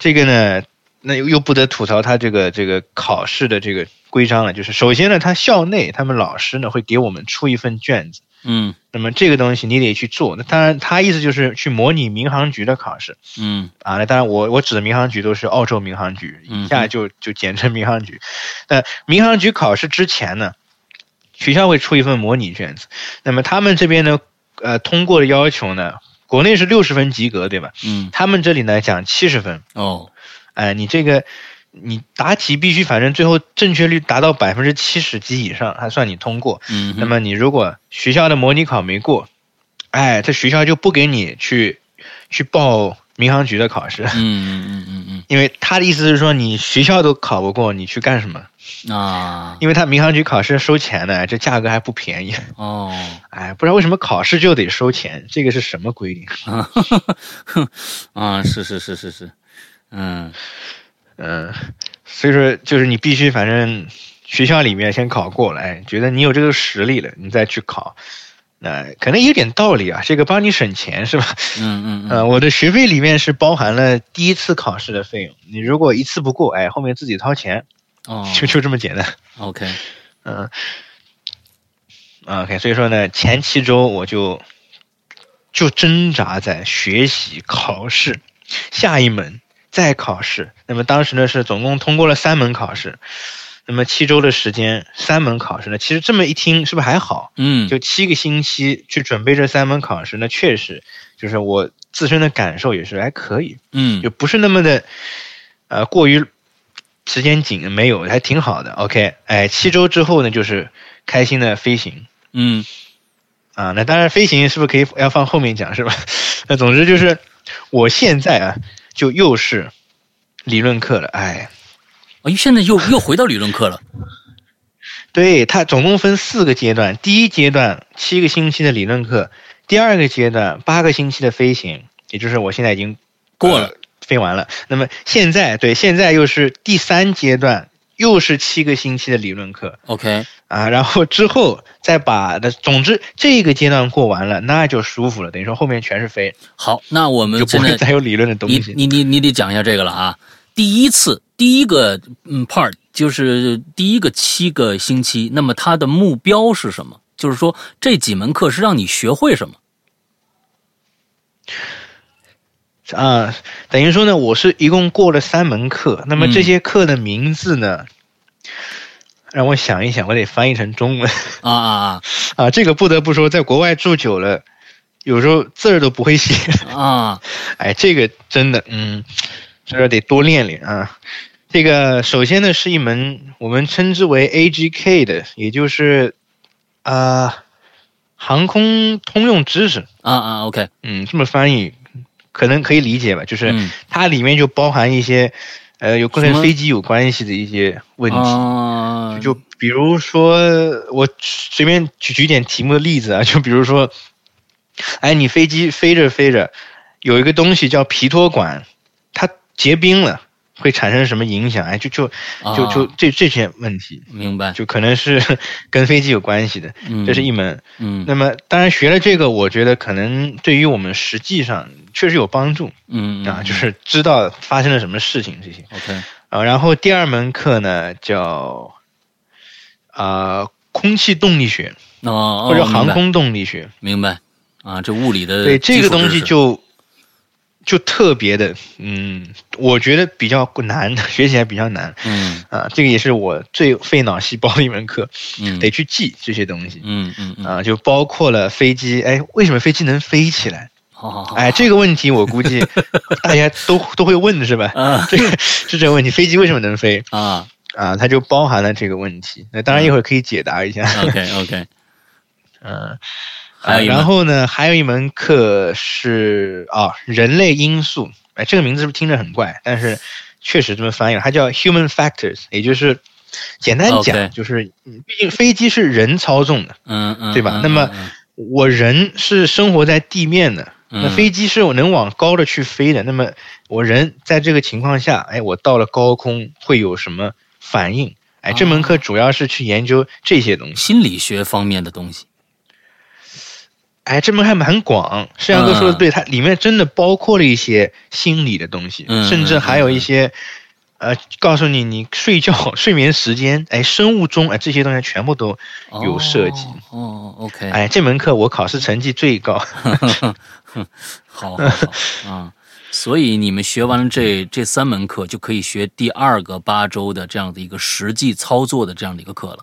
Speaker 3: 这个呢，那又又不得吐槽他这个这个考试的这个规章了，就是首先呢，他校内他们老师呢会给我们出一份卷子。
Speaker 2: 嗯
Speaker 3: 那么这个东西你得去做，那当然，他意思就是去模拟民航局的考试
Speaker 2: 嗯
Speaker 3: 啊。那当然我，我指的民航局都是澳洲民航局，
Speaker 2: 嗯哼
Speaker 3: 以下就就简称民航局。那民航局考试之前呢，学校会出一份模拟卷子。那么他们这边呢，呃，通过的要求呢，国内是六十分及格，对吧？
Speaker 2: 嗯，
Speaker 3: 他们这里呢讲七十分，
Speaker 2: 哦，
Speaker 3: 哎、你这个你答题必须反正最后正确率达到百分之七十及以上，还算你通过。
Speaker 2: 嗯哼，
Speaker 3: 那么你如果学校的模拟考没过，哎，这学校就不给你去去报民航局的考试，
Speaker 2: 嗯嗯嗯
Speaker 3: 因为他的意思是说你学校都考不过，你去干什么？
Speaker 2: 嗯啊，
Speaker 3: 因为他民航局考试收钱的，这价格还不便宜，
Speaker 2: 哦， <laughs>
Speaker 3: 哎，不知道为什么考试就得收钱，这个是什么规定？
Speaker 2: 啊呵呵呵啊，是是是是是，嗯
Speaker 3: 嗯，所以说就是你必须反正学校里面先考过了，哎，觉得你有这个实力了，你再去考，那、可能有点道理啊，这个帮你省钱是吧？
Speaker 2: 嗯嗯
Speaker 3: 呃，我的学费里面是包含了第一次考试的费用，你如果一次不够，哎，后面自己掏钱，
Speaker 2: 哦
Speaker 3: 就就这么简单。
Speaker 2: ，OK，
Speaker 3: 嗯、o k 所以说呢，前七周我就就挣扎在学习、考试，下一门再考试。那么当时呢是总共通过了三门考试，那么七周的时间，三门考试呢，其实这么一听是不是还好？
Speaker 2: 嗯
Speaker 3: 就七个星期去准备这三门考试呢，确实就是我自身的感受也是还可以，
Speaker 2: 嗯
Speaker 3: 就不是那么的呃过于时间紧，没有还挺好的。OK，哎，七周之后呢，就是开心的飞行
Speaker 2: 嗯
Speaker 3: 啊。那当然，飞行是不是可以要放后面讲是吧？那总之就是我现在啊，就又是理论课了，哎。
Speaker 2: 哎，现在又又回到理论课了，
Speaker 3: 对，它总共分四个阶段。第一阶段七个星期的理论课，第二个阶段八个星期的飞行，也就是我现在已经
Speaker 2: 过了
Speaker 3: 呃飞完了。那么现在，对，现在又是第三阶段又是七个星期的理论课
Speaker 2: OK，
Speaker 3: 啊，然后之后再把那，总之这个阶段过完了，那就舒服了，等于说后面全是飞，
Speaker 2: 好，那我们
Speaker 3: 就
Speaker 2: 嗯
Speaker 3: 不
Speaker 2: 真
Speaker 3: 会
Speaker 2: 的
Speaker 3: 再有理论的东
Speaker 2: 你
Speaker 3: 西。
Speaker 2: 你你你得讲一下这个了啊！第一次第一个嗯 part 就是第一个七个星期，那么它的目标是什么？就是说这几门课是让你学会什么？
Speaker 3: 啊，等于说呢，我是一共过了三门课，那
Speaker 2: 嗯
Speaker 3: 么这些课的名字呢，让我想一想，我得翻译成中文 <laughs>
Speaker 2: 啊啊
Speaker 3: 啊。这个不得不说，在国外住久了，有时候字儿都不会写， <laughs>
Speaker 2: 啊啊！
Speaker 3: 哎，这个真的，嗯，这个得多练练啊。这个首先呢，是一门我们称之为 AGK 的，也就是啊、航空通用知识，
Speaker 2: 啊啊，OK，
Speaker 3: 嗯，这么翻译可能可以理解吧，就是。
Speaker 2: 嗯，
Speaker 3: 它里面就包含一些，呃，有
Speaker 2: 什么
Speaker 3: 跟飞机有关系的一些问题。
Speaker 2: 啊，
Speaker 3: 就比如说，我随便举举点题目的例子啊， <laughs> 就比如说，哎，你飞机飞着飞着，有一个东西叫皮托管，它结冰了，会产生什么影响？哎，就就就就
Speaker 2: 啊
Speaker 3: 这这些问题，
Speaker 2: 明白，
Speaker 3: 就可能是跟飞机有关系的，
Speaker 2: 嗯，
Speaker 3: 这是一门。
Speaker 2: 嗯
Speaker 3: 那么当然学了这个，我觉得可能对于我们实际上确实有帮助。
Speaker 2: 嗯
Speaker 3: 啊，就是知道发生了什么事情这些
Speaker 2: OK
Speaker 3: 啊。然后第二门课呢叫啊、呃空气动力学
Speaker 2: 哦，
Speaker 3: 或者航空动力学，
Speaker 2: 明白啊，这物理的
Speaker 3: 对这个东
Speaker 2: 基础知
Speaker 3: 西
Speaker 2: 识
Speaker 3: 就就特别的，嗯，我觉得比较难， <laughs> 学起来比较难
Speaker 2: 嗯
Speaker 3: 啊。这个也是我最费脑细胞的一门课，
Speaker 2: 嗯
Speaker 3: 得去记这些东西。
Speaker 2: 嗯嗯嗯，
Speaker 3: 啊，就包括了飞机，哎，为什么飞机能飞起来？
Speaker 2: 好好好，
Speaker 3: 哎，这个问题我估计 <laughs> 大家都都会问是吧？
Speaker 2: 啊
Speaker 3: 这个是这个问题，飞机为什么能飞
Speaker 2: 啊
Speaker 3: 啊？它就包含了这个问题。那
Speaker 2: 嗯
Speaker 3: 当然一会儿可以解答一下。
Speaker 2: ，OK
Speaker 3: <laughs>
Speaker 2: OK，
Speaker 3: 嗯，
Speaker 2: 还有一门
Speaker 3: 啊然后呢，还有一门课是啊、人类因素。哎，这个名字是不是听着很怪？但是确实这么翻译了，它叫 human factors，也就是简单讲
Speaker 2: OK
Speaker 3: 就是，嗯毕竟飞机是人操纵的，
Speaker 2: 嗯嗯，
Speaker 3: 对吧
Speaker 2: 嗯
Speaker 3: 那么
Speaker 2: 嗯
Speaker 3: 我人是生活在地面的。
Speaker 2: 嗯
Speaker 3: 那飞机是我能往高的去飞的，那么我人在这个情况下，哎，我到了高空会有什么反应？
Speaker 2: 啊
Speaker 3: 哎，这门课主要是去研究这些东西。
Speaker 2: 心理学方面的东西
Speaker 3: 哎，这门还蛮广，摄像哥说
Speaker 2: 嗯
Speaker 3: 的对，它里面真的包括了一些心理的东西，
Speaker 2: 嗯
Speaker 3: 甚至还有一些，呃，告诉你你睡觉、 <laughs> 睡眠时间，哎，生物钟，哎，这些东西全部都。有设计
Speaker 2: 哦哦，OK，
Speaker 3: 哎，这门课我考试成绩最高。
Speaker 2: 好好好啊。所以你们学完了这这三门课，就可以学第二个八周的这样的一个实际操作的这样的一个课了。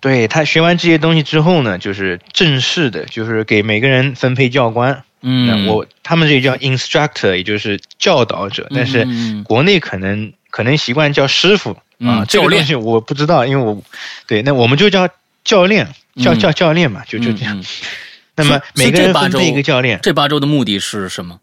Speaker 3: 对他学完这些东西之后呢，就是正式的，就是给每个人分配教官，
Speaker 2: 嗯，
Speaker 3: 那我他们这里叫 instructor，也就是教导者，但是
Speaker 2: 嗯
Speaker 3: 国内可能可能习惯叫师傅
Speaker 2: 嗯
Speaker 3: 啊，这
Speaker 2: 教
Speaker 3: 个东
Speaker 2: 练
Speaker 3: 西我不知道，因为我对，那我们就叫教练，叫
Speaker 2: 嗯
Speaker 3: 叫教练嘛，就就这样。
Speaker 2: 嗯嗯
Speaker 3: 那么
Speaker 2: 所以
Speaker 3: 每个
Speaker 2: 这
Speaker 3: 人
Speaker 2: 八
Speaker 3: 分
Speaker 2: 周
Speaker 3: 配一个教练，
Speaker 2: 这八周的目的是什么？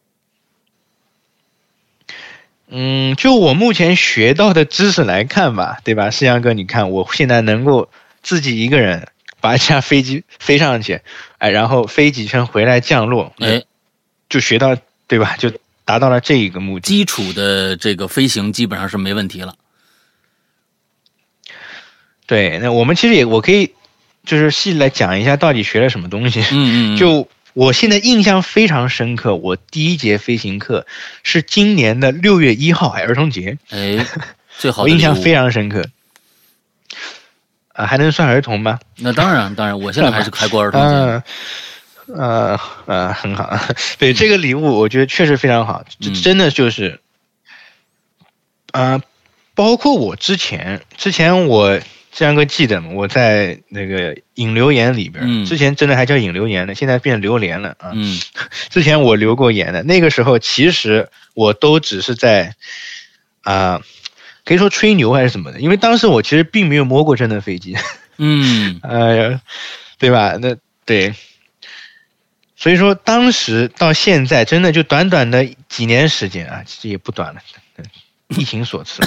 Speaker 3: 嗯，就我目前学到的知识来看吧，对吧？世阳哥，你看我现在能够自己一个人把一架飞机飞上去，哎，然后飞几圈回来降落，
Speaker 2: 哎，
Speaker 3: 就学到对吧？就达到了这一个目的。
Speaker 2: 基础的这个飞行基本上是没问题了。
Speaker 3: 对，那我们其实也我可以就是细来讲一下到底学了什么东西。
Speaker 2: 嗯嗯，嗯
Speaker 3: 就我现在印象非常深刻，我第一节飞行课是今年的六月一号，哎，儿童节，
Speaker 2: 哎，最好
Speaker 3: <laughs> 我
Speaker 2: 的
Speaker 3: 印象
Speaker 2: 礼物
Speaker 3: 非常深刻。啊，还能算儿童吗？
Speaker 2: 那当然当然，我现在还是还过儿童节。
Speaker 3: <laughs> 嗯，呃呃，很好。对这个礼物，我觉得确实非常好，这
Speaker 2: 嗯
Speaker 3: 真的就是，呃，包括我之前，之前我志阳哥记得吗？我在那个引流言里边儿，
Speaker 2: 嗯
Speaker 3: 之前真的还叫引流言呢，现在变榴莲了啊。
Speaker 2: 嗯
Speaker 3: 之前我留过言的，那个时候其实我都只是在，啊、可以说吹牛还是什么的，因为当时我其实并没有摸过真的飞机，
Speaker 2: 嗯
Speaker 3: 哎呀，对吧？那对，所以说当时到现在，真的就短短的几年时间啊，其实也不
Speaker 2: <laughs>
Speaker 3: 短了，疫情所赐。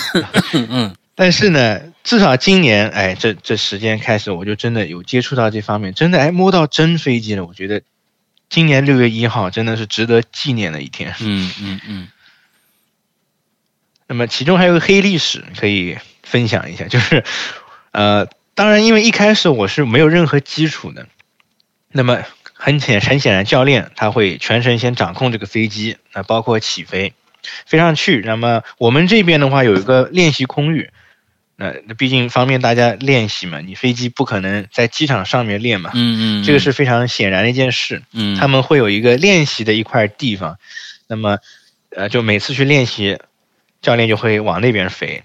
Speaker 2: 嗯嗯
Speaker 3: 但是呢，至少今年，哎，这这时间开始，我就真的有接触到这方面，真的哎摸到真飞机了。我觉得今年
Speaker 2: 嗯
Speaker 3: 六月一号真的是值得纪念的一天。
Speaker 2: 嗯嗯嗯
Speaker 3: 那么其中还有个黑历史可以分享一下，就是呃，当然因为一开始我是没有任何基础的，那么很显很显然教练他会全程先掌控这个飞机，那包括起飞。飞上去。那么我们这边的话有一个练习空域，那那毕竟方便大家练习嘛，你飞机不可能在机场上面练嘛，
Speaker 2: 嗯嗯，
Speaker 3: 啊这个是非常显然的一件事。
Speaker 2: 嗯，
Speaker 3: 他们会有一个练习的一块地方，那么呃，就每次去练习，教练就会往那边飞，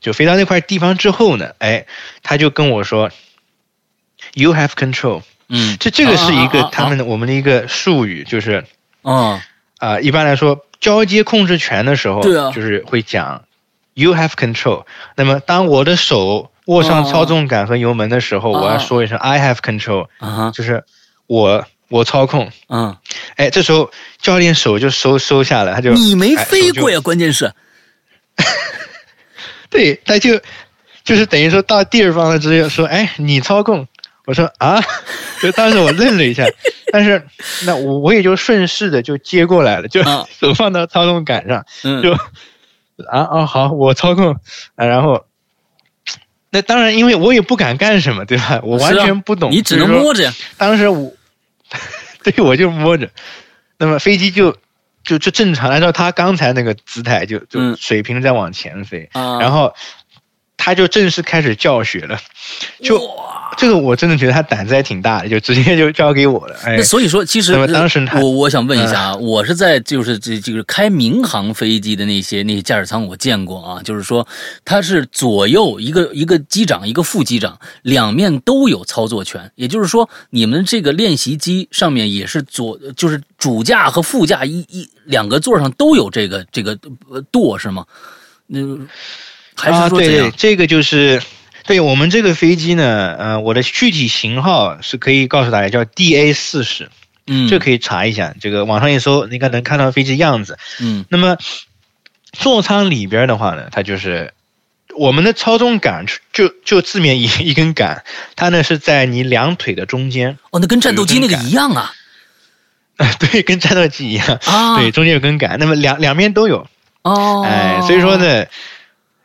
Speaker 3: 就飞到那块地方之后呢，哎，他就跟我说，You have control。
Speaker 2: 嗯
Speaker 3: 这这个是一
Speaker 2: 啊啊啊
Speaker 3: 个
Speaker 2: 啊
Speaker 3: 他们的我们的一个术语，就是
Speaker 2: 哦，
Speaker 3: 啊、一般来说，交接控制权的时候，
Speaker 2: 对啊
Speaker 3: 就是会讲 “you have control”。那么，当我的手握上
Speaker 2: 哦
Speaker 3: 操纵杆和油门的时候，
Speaker 2: 哦
Speaker 3: 我要说一声 “I have control”，、
Speaker 2: 啊哈，
Speaker 3: 就是我我操控。
Speaker 2: 嗯，
Speaker 3: 哎，这时候教练手就收收下了，他就
Speaker 2: 你没
Speaker 3: 哎
Speaker 2: 飞
Speaker 3: 手就
Speaker 2: 过呀，关键是，
Speaker 3: 对，他就就是等于说到地方了之后说，哎，你操控。我说啊， <laughs> 就当时我愣了
Speaker 2: <laughs>
Speaker 3: 一下，但是那我我也就顺势的就接过来了，就
Speaker 2: 啊
Speaker 3: <laughs> 手放到操纵杆上，
Speaker 2: 嗯，
Speaker 3: 就啊哦好，我操控，啊、然后那当然，因为我也不敢干什么，对吧？我完
Speaker 2: 是啊
Speaker 3: 全不懂，
Speaker 2: 你只能
Speaker 3: 所以说
Speaker 2: 摸着呀，
Speaker 3: 当时我， <laughs> 对我就摸着，那么飞机就就就正常按照他刚才那个姿态就就
Speaker 2: 嗯
Speaker 3: 水平在往前飞，
Speaker 2: 啊，
Speaker 3: 然后他就正式开始教学了。就
Speaker 2: 哇
Speaker 3: 这个我真的觉得他胆子还挺大的，就直接就交给我了。哎
Speaker 2: 那，所以说，其实呃
Speaker 3: 那么当时他嗯
Speaker 2: 我我想问一下啊，我是在就是这这个开民航飞机的那些那些驾驶舱我见过啊，就是说它是左右一个一个机长一个副机长两面都有操作权，也就是说你们这个练习机上面也是左就是主驾和副驾一一两个座上都有这个这个呃舵是吗？那、还
Speaker 3: 啊，
Speaker 2: 是说
Speaker 3: 对
Speaker 2: 这样？
Speaker 3: 对，这个就是，对我们这个飞机呢，呃，我的具体型号是可以告诉大家，叫 DA 四十，
Speaker 2: 嗯，
Speaker 3: 这可以查一下，这个网上一搜，应该能看到飞机样子。
Speaker 2: 嗯
Speaker 3: 那么座舱里边的话呢，它就是。我们的操纵杆就就字面一一根杆，它呢是在你两腿的中间， <laughs>
Speaker 2: 哦，那跟战斗机那个一样啊
Speaker 3: 对，跟战斗机一样，
Speaker 2: 啊
Speaker 3: 对，中间有根杆，那么两两边都有，
Speaker 2: 哦，
Speaker 3: 哎，所以说呢，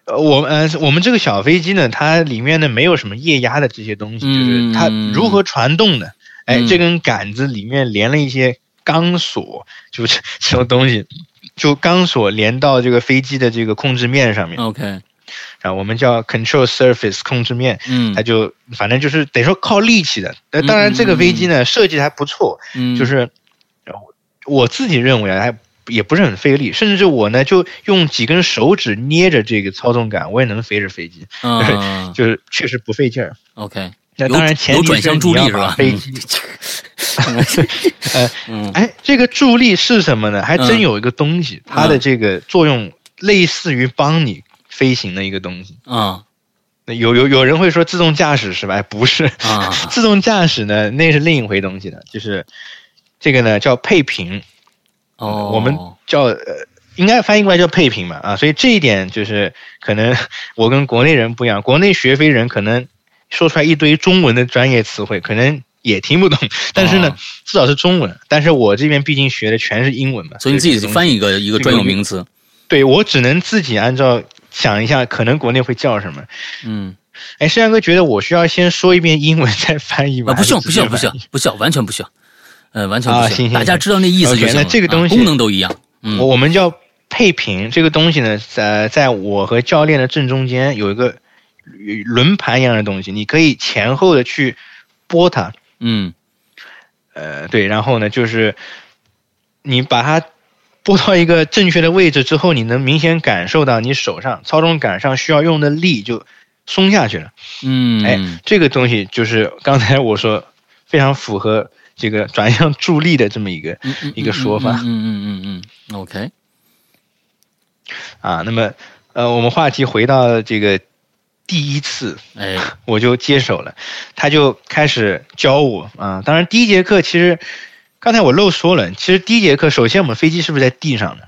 Speaker 3: 呃，我们呃我们这个小飞机呢，它里面呢没有什么液压的这些东西，就是它
Speaker 2: 嗯
Speaker 3: 如何传动的。哎，
Speaker 2: 嗯
Speaker 3: 这根杆子里面连了一些钢索，就是 <laughs> 什么东西，就钢索连到这个飞机的这个控制面上面
Speaker 2: ，OK，
Speaker 3: 啊，我们叫 control surface 控制面。
Speaker 2: 嗯
Speaker 3: 它，就反正就是等于说靠力气的，那当
Speaker 2: 嗯
Speaker 3: 然
Speaker 2: 嗯
Speaker 3: 这个飞机呢设计得还不错，
Speaker 2: 嗯
Speaker 3: 就是呃我自己认为啊，还也不是很费力，甚至我呢就用几根手指捏着这个操纵杆，我也能飞着飞机，
Speaker 2: 嗯
Speaker 3: 就是确实不费劲儿。
Speaker 2: ，OK，
Speaker 3: 那
Speaker 2: 有
Speaker 3: 当然前
Speaker 2: 有
Speaker 3: 提
Speaker 2: 转
Speaker 3: 是
Speaker 2: 向助
Speaker 3: 你要
Speaker 2: 力是
Speaker 3: 把
Speaker 2: 吧？
Speaker 3: 飞机，呃，
Speaker 2: 嗯
Speaker 3: 哎，这个助力是什么呢？还真
Speaker 2: 嗯
Speaker 3: 有一个东西，它的这个作用类似于帮你飞行的一个东西。
Speaker 2: 啊
Speaker 3: 那有有有人会说自动驾驶是吧？哎不是，
Speaker 2: 啊
Speaker 3: <laughs> 自动驾驶呢那是另一回东西的，就是这个呢叫配平。
Speaker 2: 哦，
Speaker 3: 我们叫呃，应该翻译过来叫配平吧啊，所以这一点就是可能 <laughs> 我跟国内人不一样，国内学飞人可能说出来一堆中文的专业词汇，可能也听不懂，但是呢，
Speaker 2: 哦
Speaker 3: 至少是中文。但是我这边毕竟学的全是英文嘛，
Speaker 2: 所以你自己
Speaker 3: 这个东西
Speaker 2: 翻译一个一个专有名词，
Speaker 3: 对我只能自己按照想一下，可能国内会叫什么。
Speaker 2: 嗯
Speaker 3: 哎，盛阳哥觉得我需要先说一遍英文 <laughs> 再翻译吗？
Speaker 2: 啊，不需要
Speaker 3: 还
Speaker 2: 不需
Speaker 3: 是直接
Speaker 2: 要不需要
Speaker 3: 翻译
Speaker 2: 不需要，完全不需要，呃，完全
Speaker 3: 啊
Speaker 2: 不需
Speaker 3: 行
Speaker 2: 要，
Speaker 3: 行
Speaker 2: 大家
Speaker 3: 行
Speaker 2: 知道那意思就
Speaker 3: OK，
Speaker 2: 行
Speaker 3: 那
Speaker 2: 了。
Speaker 3: 这个
Speaker 2: 啊
Speaker 3: 东西
Speaker 2: 功能都一样，嗯
Speaker 3: 我我们叫配平这个东西呢，在在我和教练的正中间有一个轮盘一样的东西，你可以前后的去拨它，
Speaker 2: 嗯
Speaker 3: 呃，对，然后呢，就是你把它拨到一个正确的位置之后，你能明显感受到你手上操纵杆上需要用的力就松下去了。
Speaker 2: 嗯，
Speaker 3: 哎，这个东西就是刚才我说非常符合这个转向助力的这么一个
Speaker 2: 嗯嗯
Speaker 3: 一个说法
Speaker 2: 嗯嗯嗯嗯嗯，OK，嗯
Speaker 3: 啊。那么，呃，我们话题回到这个第一次。
Speaker 2: 哎，
Speaker 3: 我就接手了，他就开始教我啊。当然，第一节课其实刚才我漏说了，其实第一节课首先我们飞机是不是在地上的？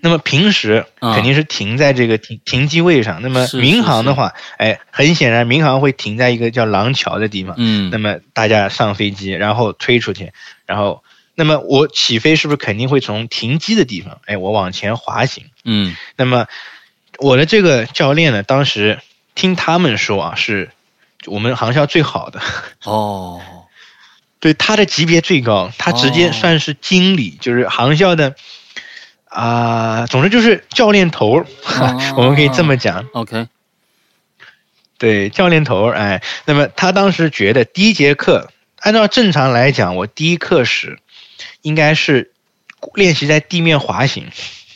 Speaker 3: 那么平时
Speaker 2: 啊
Speaker 3: 肯定是停在这个停、停机位上。那么
Speaker 2: 是是
Speaker 3: 民航的话，哎，很显然民航会停在一个叫廊桥的地方。
Speaker 2: 嗯
Speaker 3: 那么大家上飞机，然后推出去，然后那么我起飞是不是肯定会从停机的地方，哎，我往前滑行？
Speaker 2: 嗯
Speaker 3: 那么我的这个教练呢，当时听他们说啊，是我们航校最好的， <laughs>
Speaker 2: 哦
Speaker 3: 对他的级别最高，他直接
Speaker 2: 哦
Speaker 3: 算是经理，就是航校的啊、总之就是教练头儿， <laughs>
Speaker 2: 哦
Speaker 3: 我们可以这么讲，
Speaker 2: ，OK，
Speaker 3: 对，教练头儿。哎，那么他当时觉得第一节课，按照正常来讲，我第一课时应该是练习在地面滑行。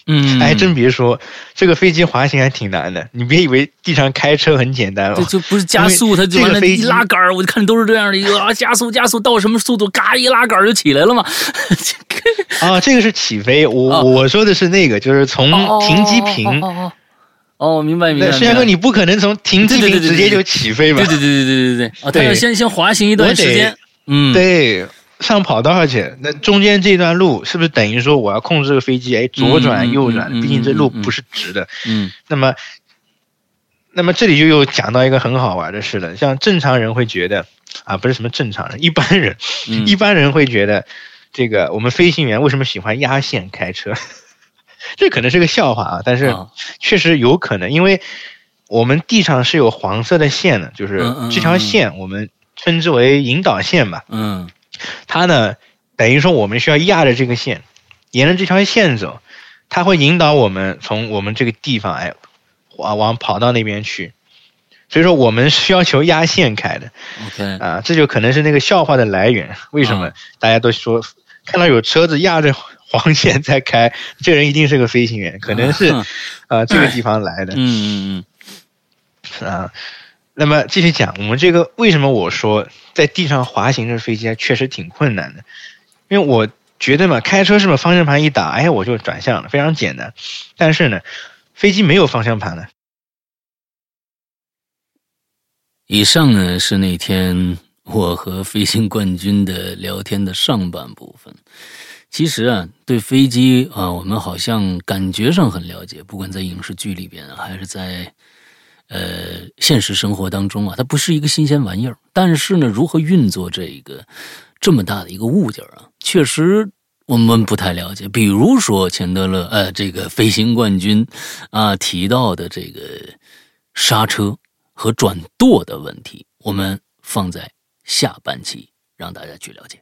Speaker 2: 嗯，
Speaker 3: <laughs> 哎，真别说，这个飞机滑行还挺难的，你别以为地上开车很简单
Speaker 2: 这
Speaker 3: 哦。
Speaker 2: 就不是加
Speaker 3: 因
Speaker 2: 速，
Speaker 3: 为
Speaker 2: 它就
Speaker 3: 这
Speaker 2: 完
Speaker 3: 个
Speaker 2: 了，
Speaker 3: 飞
Speaker 2: 一
Speaker 3: 机
Speaker 2: 拉杆儿，我就看都是这样的一个啊，加速加速到什么速度，嘎一拉杆儿就起来了嘛。这个
Speaker 3: <laughs> 啊，这个是起飞，我、
Speaker 2: 哦
Speaker 3: 我说的是那个，就是从
Speaker 2: 哦
Speaker 3: 停机坪。
Speaker 2: 哦哦哦，哦明白明白。
Speaker 3: 那石岩哥，
Speaker 2: 明白
Speaker 3: 你不可能从停机
Speaker 2: 对对
Speaker 3: 坪
Speaker 2: 对对
Speaker 3: 直接
Speaker 2: 对
Speaker 3: 就起飞吧
Speaker 2: 对？对对对对对对，哦，他要
Speaker 3: 对
Speaker 2: 先先滑行一
Speaker 3: 我
Speaker 2: 段
Speaker 3: 得
Speaker 2: 时间，嗯，，
Speaker 3: 对，上跑道去。那中间这段路是不是等于说我要控制这个飞机？哎，左
Speaker 2: 嗯嗯
Speaker 3: 转右转，
Speaker 2: 嗯嗯
Speaker 3: 毕竟这路
Speaker 2: 嗯嗯
Speaker 3: 不是直的。
Speaker 2: 嗯
Speaker 3: 那么，那么这里就又讲到一个很好玩的事了。像正常人会觉得啊，不是什么正常人，一般人，
Speaker 2: 嗯，
Speaker 3: 一般人会觉得，这个我们飞行员为什么喜欢压线开车？ <laughs> 这可能是个笑话啊，但是
Speaker 2: 啊
Speaker 3: 确实有可能，因为我们地上是有黄色的线的，就是
Speaker 2: 嗯嗯嗯
Speaker 3: 这条
Speaker 2: 嗯
Speaker 3: 线我们称之为引导线吧。
Speaker 2: 嗯
Speaker 3: 它呢，等于说我们需要压着这个线，沿着这条线走，它会引导我们从我们这个地方哎，往往跑到那边去。所以说我们是要求压线开的
Speaker 2: ，OK，
Speaker 3: 啊，这就可能是那个笑话的来源。为什么
Speaker 2: 啊
Speaker 3: 大家都说看到有车子压着黄线在开，这人一定是个飞行员，可能是
Speaker 2: 嗯
Speaker 3: 呃这个地方来的
Speaker 2: 嗯嗯
Speaker 3: 啊。那么继续讲，我们这个为什么我说在地上滑行这飞机啊确实挺困难的？因为我觉得嘛，开车是不是方向盘一打，哎，我就转向了，非常简单。但是呢，飞机没有方向盘的，
Speaker 2: 以上呢是那天我和飞行冠军的聊天的上半部分。其实啊，对飞机啊，我们好像感觉上很了解，不管在影视剧里边啊还是在呃现实生活当中啊，它不是一个新鲜玩意儿。但是呢，如何运作这一个这么大的一个物件儿啊，确实我们不太了解。比如说钱德勒，呃，这个飞行冠军啊提到的这个刹车和转舵的问题，我们放在下半期让大家去了解。